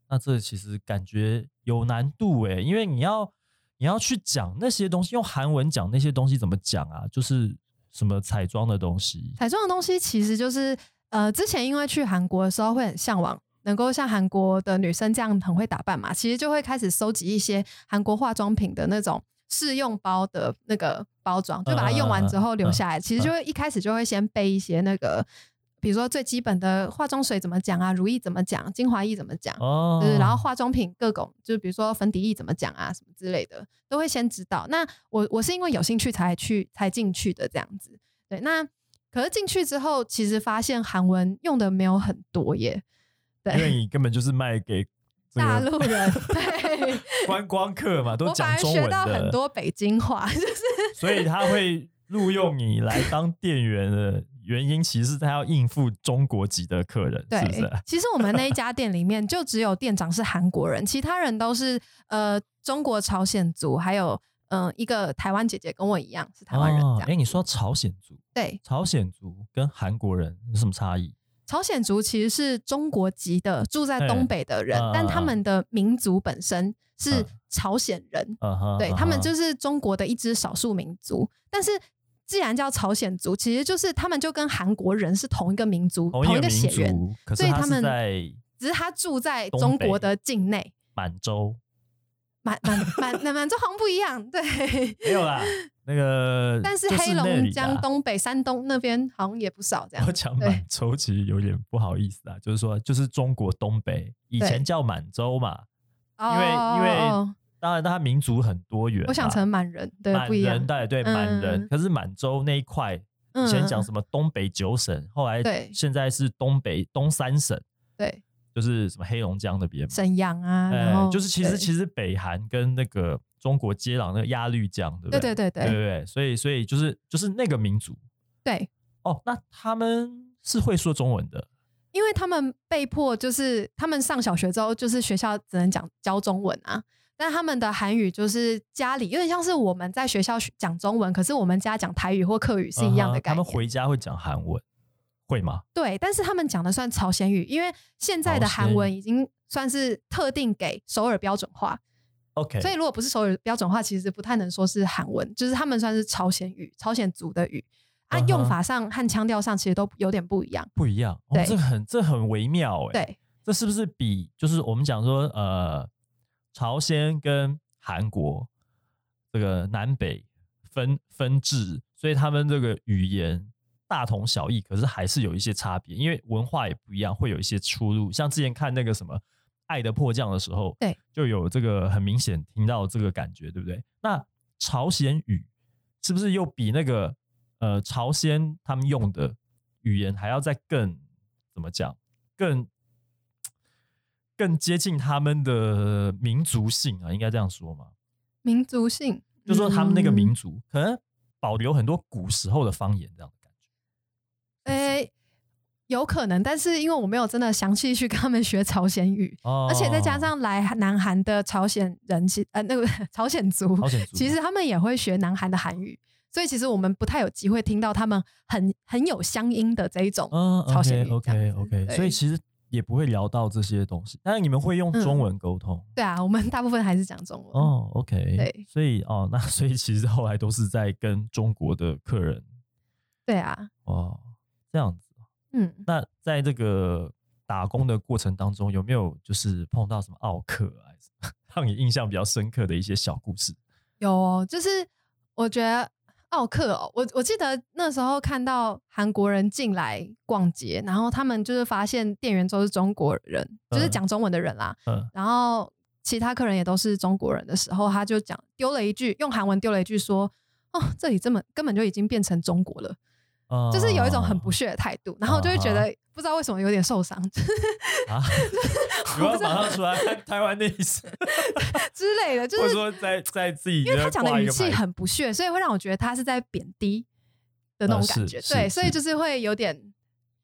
Speaker 1: 那这其实感觉有难度诶，因为你要你要去讲那些东西，用韩文讲那些东西怎么讲啊？就是什么彩妆的东西，
Speaker 2: 彩妆的东西其实就是呃，之前因为去韩国的时候会很向往。能够像韩国的女生这样很会打扮嘛，其实就会开始收集一些韩国化妆品的那种试用包的那个包装，
Speaker 1: 嗯
Speaker 2: 就把它用完之后留下来。其实就会一开始就会先备一些那个，比如说最基本的化妆水怎么讲啊，乳液怎么讲，精华液怎么讲，
Speaker 1: 哦，
Speaker 2: 就是然后化妆品各种，就是比如说粉底液怎么讲啊，什么之类的，都会先知道。那我我是因为有兴趣才去才进去的这样子。对，那可是进去之后，其实发现韩文用的没有很多耶。
Speaker 1: 因为
Speaker 2: 对，
Speaker 1: 你根本就是卖给这
Speaker 2: 大
Speaker 1: 个
Speaker 2: 陆人对。 [laughs]
Speaker 1: 观光客嘛，都
Speaker 2: 我反
Speaker 1: 讲
Speaker 2: 而
Speaker 1: 中
Speaker 2: 学
Speaker 1: 文
Speaker 2: 到很
Speaker 1: 的，
Speaker 2: 多北京话，就是
Speaker 1: 所以他会录用你来当店员的原因，其实是他要应付中国籍的客人，
Speaker 2: 对。
Speaker 1: 是不是？
Speaker 2: 其实我们那一家店里面就只有店长是韩国人，其他人都是呃中国朝鲜族，还有嗯、呃一个台湾姐姐跟我一样是台湾人这
Speaker 1: 哦
Speaker 2: 样。
Speaker 1: 哎，你说朝鲜族，
Speaker 2: 对，
Speaker 1: 朝鲜族跟韩国人有什么差异？
Speaker 2: 朝鲜族其实是中国籍的，住在东北的人，
Speaker 1: 嗯
Speaker 2: 但他们的民族本身是
Speaker 1: 嗯
Speaker 2: 朝鲜人，
Speaker 1: 嗯哼，
Speaker 2: 对
Speaker 1: 嗯
Speaker 2: 他们
Speaker 1: 哼
Speaker 2: 就是中国的一支少数民族。但是既然叫朝鲜族，其实就是他们就跟韩国人是同一个民族、
Speaker 1: 同一
Speaker 2: 个
Speaker 1: 个
Speaker 2: 血
Speaker 1: 民
Speaker 2: 缘，
Speaker 1: 族，可是
Speaker 2: 所以
Speaker 1: 他
Speaker 2: 他
Speaker 1: 是
Speaker 2: 们
Speaker 1: 在
Speaker 2: 只是他住在
Speaker 1: 东
Speaker 2: 中国
Speaker 1: 北
Speaker 2: 的境内。
Speaker 1: 满洲，
Speaker 2: 满满满满满洲好像不一样，
Speaker 1: [laughs]
Speaker 2: 对。
Speaker 1: 没有
Speaker 2: [laughs]
Speaker 1: 啦，那个
Speaker 2: 但是
Speaker 1: 就
Speaker 2: 黑
Speaker 1: 那
Speaker 2: 龙
Speaker 1: 里
Speaker 2: 江
Speaker 1: 啦。
Speaker 2: 东北、山东那边好像也不少这样
Speaker 1: 我。讲
Speaker 2: 对
Speaker 1: 满洲其实有点不好意思啊，就是说，就是中国东北以前
Speaker 2: 对
Speaker 1: 叫满洲嘛，因为
Speaker 2: 哦
Speaker 1: 因为
Speaker 2: 哦
Speaker 1: 当然它民族很多元啊，
Speaker 2: 我想成满人，对，
Speaker 1: 满
Speaker 2: 不一样
Speaker 1: 人。对对满人，
Speaker 2: 嗯
Speaker 1: 可是满洲那一块以前讲什么东北九省，后来
Speaker 2: 对
Speaker 1: 现在是东北东三省，
Speaker 2: 对，
Speaker 1: 就是什么黑龙江那边嘛，
Speaker 2: 沈阳啊，然
Speaker 1: 呃
Speaker 2: 后，
Speaker 1: 就是其
Speaker 2: 对
Speaker 1: 实其实北韩跟那个中国接壤那个鸭绿江，对不
Speaker 2: 对
Speaker 1: 对
Speaker 2: 对对
Speaker 1: 对
Speaker 2: 对
Speaker 1: 对，所以所以就是就是那个民族
Speaker 2: 对，
Speaker 1: 哦，那他们是会说中文的
Speaker 2: 因为他们被迫就是他们上小学之后，就是学校只能讲教中文啊。但他们的韩语就是家里有点像是我们在学校学讲中文，可是我们家讲台语或客语是一样
Speaker 1: 嗯
Speaker 2: 的
Speaker 1: 哼
Speaker 2: 概
Speaker 1: 他
Speaker 2: 念。
Speaker 1: 们回家会讲韩文，会吗？
Speaker 2: 对，但是他们讲的算朝鲜语，因为现在
Speaker 1: 朝
Speaker 2: 的
Speaker 1: 鲜
Speaker 2: 韩文已经算是特定给首尔标准化，
Speaker 1: OK，
Speaker 2: 所以如果不是首尔标准化，其实不太能说是韩文，就是他们算是朝鲜语、朝鲜族的语啊
Speaker 1: 嗯哼
Speaker 2: 用法上和腔调上其实都有点不一样。
Speaker 1: 不一样，哦
Speaker 2: 对、
Speaker 1: 这很这很微妙哎、
Speaker 2: 对，
Speaker 1: 这是不是比就是我们讲说呃，朝鲜跟韩国这个南北分分治，所以他们这个语言大同小异，可是还是有一些差别，因为文化也不一样，会有一些出入。像之前看那个什么《爱的迫降》的时候，
Speaker 2: 对，
Speaker 1: 就有这个很明显听到这个感觉，对不对？那朝鲜语是不是又比那个呃朝鲜他们用的语言还要再更怎么讲？更更接近他们的民族性啊，应该这样说嘛？
Speaker 2: 民族性，
Speaker 1: 就说他们那个
Speaker 2: 嗯
Speaker 1: 民族、可能保留很多古时候的方言这样的感觉。
Speaker 2: 嗯诶、有可能，但是因为我没有真的详细去跟他们学朝鲜语，
Speaker 1: 哦
Speaker 2: 而且再加上来南韩的朝鲜人其呃那个 [laughs] 朝鲜族，
Speaker 1: 朝鲜族
Speaker 2: 其实他们也会学南韩的韩语，所以其实我们不太有机会听到他们很很有乡音的这一种
Speaker 1: 嗯
Speaker 2: 朝鲜语。这样
Speaker 1: ，OK
Speaker 2: 子
Speaker 1: OK，
Speaker 2: 对嗯
Speaker 1: 所以其实也不会聊到这些东西，但是你们会用中文沟通、
Speaker 2: 对啊，我们大部分还是讲中文。
Speaker 1: 哦，OK，
Speaker 2: 嗯对，
Speaker 1: 所以哦，那 [laughs] 所以其实后来都是在跟中国的客人
Speaker 2: 对啊，
Speaker 1: 哦这样子。
Speaker 2: 嗯，
Speaker 1: 那在这个打工的过程当中，有没有就是碰到什么奥克啊，还 [laughs] 是什么让你印象比较深刻的一些小故事？
Speaker 2: 有哦，就是我觉得奥克哦，我我记得那时候看到韩国人进来逛街，然后他们就是发现店员都是中国人，就是
Speaker 1: 嗯
Speaker 2: 讲中文的人啦，
Speaker 1: 嗯，
Speaker 2: 然后其他客人也都是中国人的时候，他就讲丢了一句，用韩文丢了一句说：“哦，这里这么根本就已经变成中国了。”
Speaker 1: 哦
Speaker 2: 就是有一种很不屑的态度，然后我就会觉得不知道为什么有点受伤 [laughs]
Speaker 1: 啊，不要马上出来看台湾的意思，
Speaker 2: 之类的，就
Speaker 1: 或者
Speaker 2: 是
Speaker 1: 说在在自己
Speaker 2: 因为他讲的
Speaker 1: 挂一
Speaker 2: 语
Speaker 1: 个
Speaker 2: 气
Speaker 1: 牌
Speaker 2: 很不屑，所以会让我觉得他是在贬低的那
Speaker 1: 呃
Speaker 2: 种
Speaker 1: 是
Speaker 2: 感觉，
Speaker 1: 是是
Speaker 2: 对，所以哦就是会有点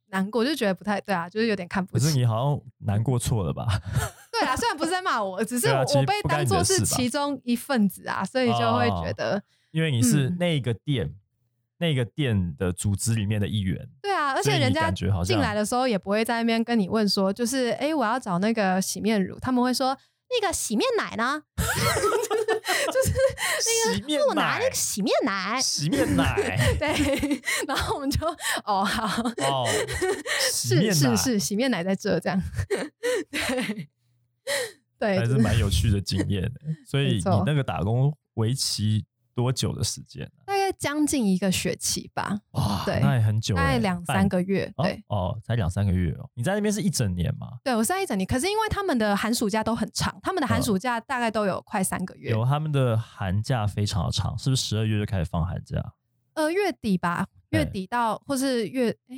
Speaker 2: 难过，就觉得不太对啊，就是有点看不
Speaker 1: 可是
Speaker 2: 起。
Speaker 1: 你好像难过错了吧？
Speaker 2: [laughs]
Speaker 1: [laughs]
Speaker 2: 对啊，虽然不是在骂我，只是
Speaker 1: 对
Speaker 2: 我,、
Speaker 1: 啊其实
Speaker 2: 我被
Speaker 1: 不干
Speaker 2: 当
Speaker 1: 你
Speaker 2: 做
Speaker 1: 的
Speaker 2: 是
Speaker 1: 事吧
Speaker 2: 其中一份子啊，所以就会觉得。
Speaker 1: 因为你是
Speaker 2: 嗯
Speaker 1: 那个店、那个店的组织里面的一员，
Speaker 2: 对啊，而
Speaker 1: 所以
Speaker 2: 且
Speaker 1: 你
Speaker 2: 人家
Speaker 1: 感觉好像
Speaker 2: 进来的时候也不会在那边跟你问说，就是哎、诶我要找那个洗面乳，他们会说那个洗面奶呢？
Speaker 1: 洗面
Speaker 2: 我拿
Speaker 1: 奶
Speaker 2: 那、个洗面奶。
Speaker 1: 洗面奶
Speaker 2: 对， [laughs] 然后我们就哦好， [laughs]
Speaker 1: 哦，洗
Speaker 2: 是
Speaker 1: 面奶
Speaker 2: 是是，洗面奶在这这样。 [laughs] 对对，
Speaker 1: 还
Speaker 2: 就是是
Speaker 1: 蛮有趣的经验的。所以
Speaker 2: [laughs] 没
Speaker 1: 你
Speaker 2: 错
Speaker 1: 那个打工为期多久的时间啊？
Speaker 2: 大概将近一个学期吧，
Speaker 1: 哇，
Speaker 2: 对
Speaker 1: 那也很久欸，
Speaker 2: 大概两
Speaker 1: 半
Speaker 2: 三个月。
Speaker 1: 哦
Speaker 2: 对，
Speaker 1: 哦，才两三个月哦。你在那边是一整年吗？
Speaker 2: 对我是在一整年，可是因为他们的寒暑假都很长，他们的寒
Speaker 1: 嗯
Speaker 2: 暑假大概都有快三个月，
Speaker 1: 有啊他们的寒假非常的长，是不是十二月就开始放寒假？
Speaker 2: 呃月底吧，
Speaker 1: 对
Speaker 2: 月底到或是月哎、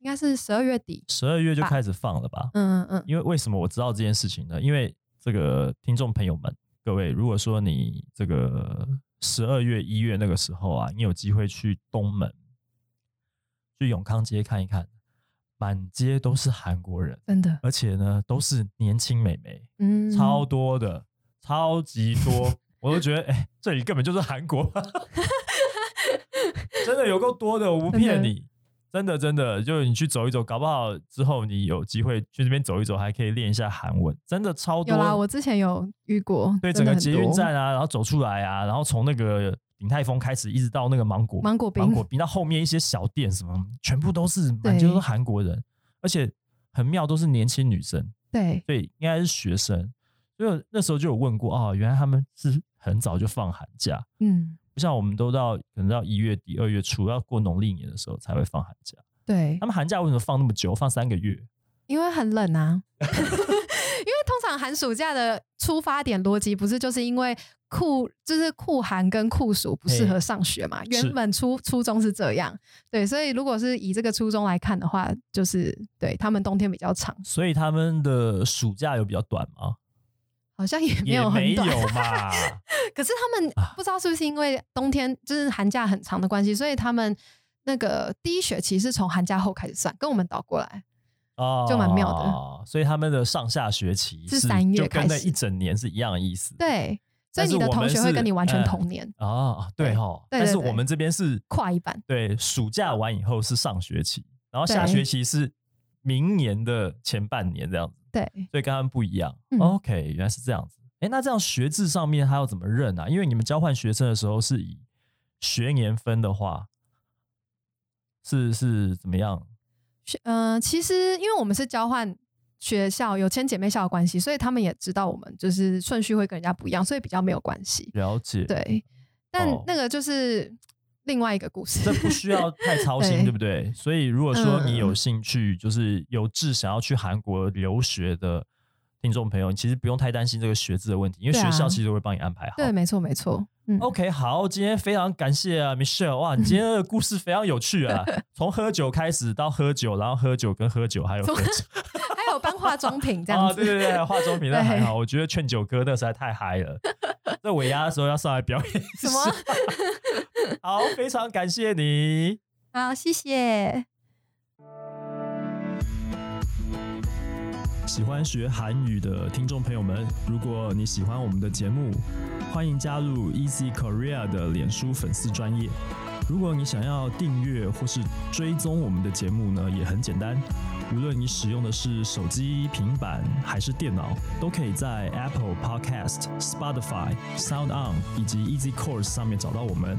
Speaker 2: 应该是十二月底。
Speaker 1: 十二月就开始放了吧？
Speaker 2: 嗯嗯，嗯，
Speaker 1: 因为为什么我知道这件事情呢？因为这个听众朋友们，各位，如果说你这个十二月、一月那个时候啊，你有机会去东门，去永康街看一看，满街都是韩国人，
Speaker 2: 真的，
Speaker 1: 而且呢都是年轻美眉，
Speaker 2: 嗯，
Speaker 1: 超多的，超级
Speaker 2: [laughs]
Speaker 1: 多，我都觉得，哎、这里根本就是韩国，真的有够多的，我不骗你，真的真的，就是你去走一走，搞不好之后你有机会去那边走一走，还可以练一下韩文，真的超多
Speaker 2: 有。啦，我之前有遇过，
Speaker 1: 对，整
Speaker 2: 真的
Speaker 1: 个
Speaker 2: 很
Speaker 1: 捷运
Speaker 2: 多
Speaker 1: 站啊，然后走出来啊，然后从那个鼎泰丰开始，一直到那个芒果
Speaker 2: 芒果冰
Speaker 1: 芒果冰到后面一些小店什么，全部都是满街
Speaker 2: 对
Speaker 1: 都是韩国人，而且很妙，都是年轻女生。
Speaker 2: 对，
Speaker 1: 对，应该是学生。所以那时候就有问过啊、哦，原来他们是很早就放寒假，
Speaker 2: 嗯，
Speaker 1: 不像我们都到可能到一月底、二月初，要过农历年的时候才会放寒假。
Speaker 2: 对
Speaker 1: 他，们寒假为什么放那么久？放三个月？
Speaker 2: 因为很冷啊。 [laughs] 因为通常寒暑假的出发点逻辑不是就是因为酷就是酷寒跟酷暑不适合上学嘛？原本初初衷是这样，对，所以如果是以这个初衷来看的话，就是对他们冬天比较长，
Speaker 1: 所以他们的暑假有比较短吗？
Speaker 2: 好像也没
Speaker 1: 也
Speaker 2: 有
Speaker 1: 没
Speaker 2: 很短。
Speaker 1: 有
Speaker 2: [laughs]
Speaker 1: 嘛。
Speaker 2: 可是他们
Speaker 1: 啊
Speaker 2: 不知道是不是因为冬天就是寒假很长的关系，所以他们那个第一学期是从寒假后开始算，跟我们倒过来。
Speaker 1: 哦，
Speaker 2: 就蛮妙的。
Speaker 1: 所以他们的上下学期
Speaker 2: 是三月
Speaker 1: 就跟那
Speaker 2: 开始
Speaker 1: 一整年是一样的意思。
Speaker 2: 对，所
Speaker 1: 但
Speaker 2: 以
Speaker 1: 是
Speaker 2: 你的
Speaker 1: 我
Speaker 2: 同
Speaker 1: 们
Speaker 2: 学会
Speaker 1: 是
Speaker 2: 跟你完全
Speaker 1: 嗯
Speaker 2: 同年，
Speaker 1: 哦，对
Speaker 2: 对
Speaker 1: 哦，
Speaker 2: 对
Speaker 1: 但
Speaker 2: 对
Speaker 1: 是
Speaker 2: 对
Speaker 1: 我们这边是
Speaker 2: 跨一半。
Speaker 1: 对，暑假完以后是上学期，然后下
Speaker 2: 对
Speaker 1: 学期是明年的前半年这样子，
Speaker 2: 对，
Speaker 1: 所以跟他们不一样。哦
Speaker 2: 嗯
Speaker 1: OK，原来是这样子。哎，那这样学制上面他要怎么认啊？因为你们交换学生的时候是以学年分的话，是是怎么样？
Speaker 2: 学嗯、其实因为我们是交换学校，有签姐妹校的关系，所以他们也知道我们就是顺序会跟人家不一样，所以比较没有关系。
Speaker 1: 了解，，
Speaker 2: 对，但
Speaker 1: 哦
Speaker 2: 那个就是另外一个故事
Speaker 1: 这。不需要太操心，
Speaker 2: 对
Speaker 1: 对不对？所以如果说你
Speaker 2: 嗯
Speaker 1: 有兴趣，就是有志想要去韩国留学的听众朋友，你其实不用太担心这个学制的问题，因为
Speaker 2: 对
Speaker 1: 学
Speaker 2: 啊
Speaker 1: 校其实都会帮你安排好。
Speaker 2: 对，没错，没错。嗯，
Speaker 1: OK，好，今天非常感谢啊，Michelle，哇，你今天的故事非常有趣
Speaker 2: [laughs]
Speaker 1: 啊，从喝酒开始到喝酒，然后喝酒跟喝酒，还有喝酒，
Speaker 2: 还有搬化妆品这
Speaker 1: 啊，
Speaker 2: 样
Speaker 1: 对
Speaker 2: 子。
Speaker 1: 对对，化妆品那
Speaker 2: 对
Speaker 1: 还好，我觉得劝酒哥那实在太嗨了，在尾牙的时候要上来表演一
Speaker 2: 什么
Speaker 1: [laughs] 下？好，非常感谢你。
Speaker 2: 好，谢谢。
Speaker 1: 喜欢学韩语的听众朋友们，如果你喜欢我们的节目，欢迎加入 Easy Korea 的脸书粉丝专业。如果你想要订阅或是追踪我们的节目呢，也很简单，无论你使用的是手机、平板还是电脑，都可以在 Apple Podcast、Spotify、Sound On 以及 Easy Course 上面找到我们。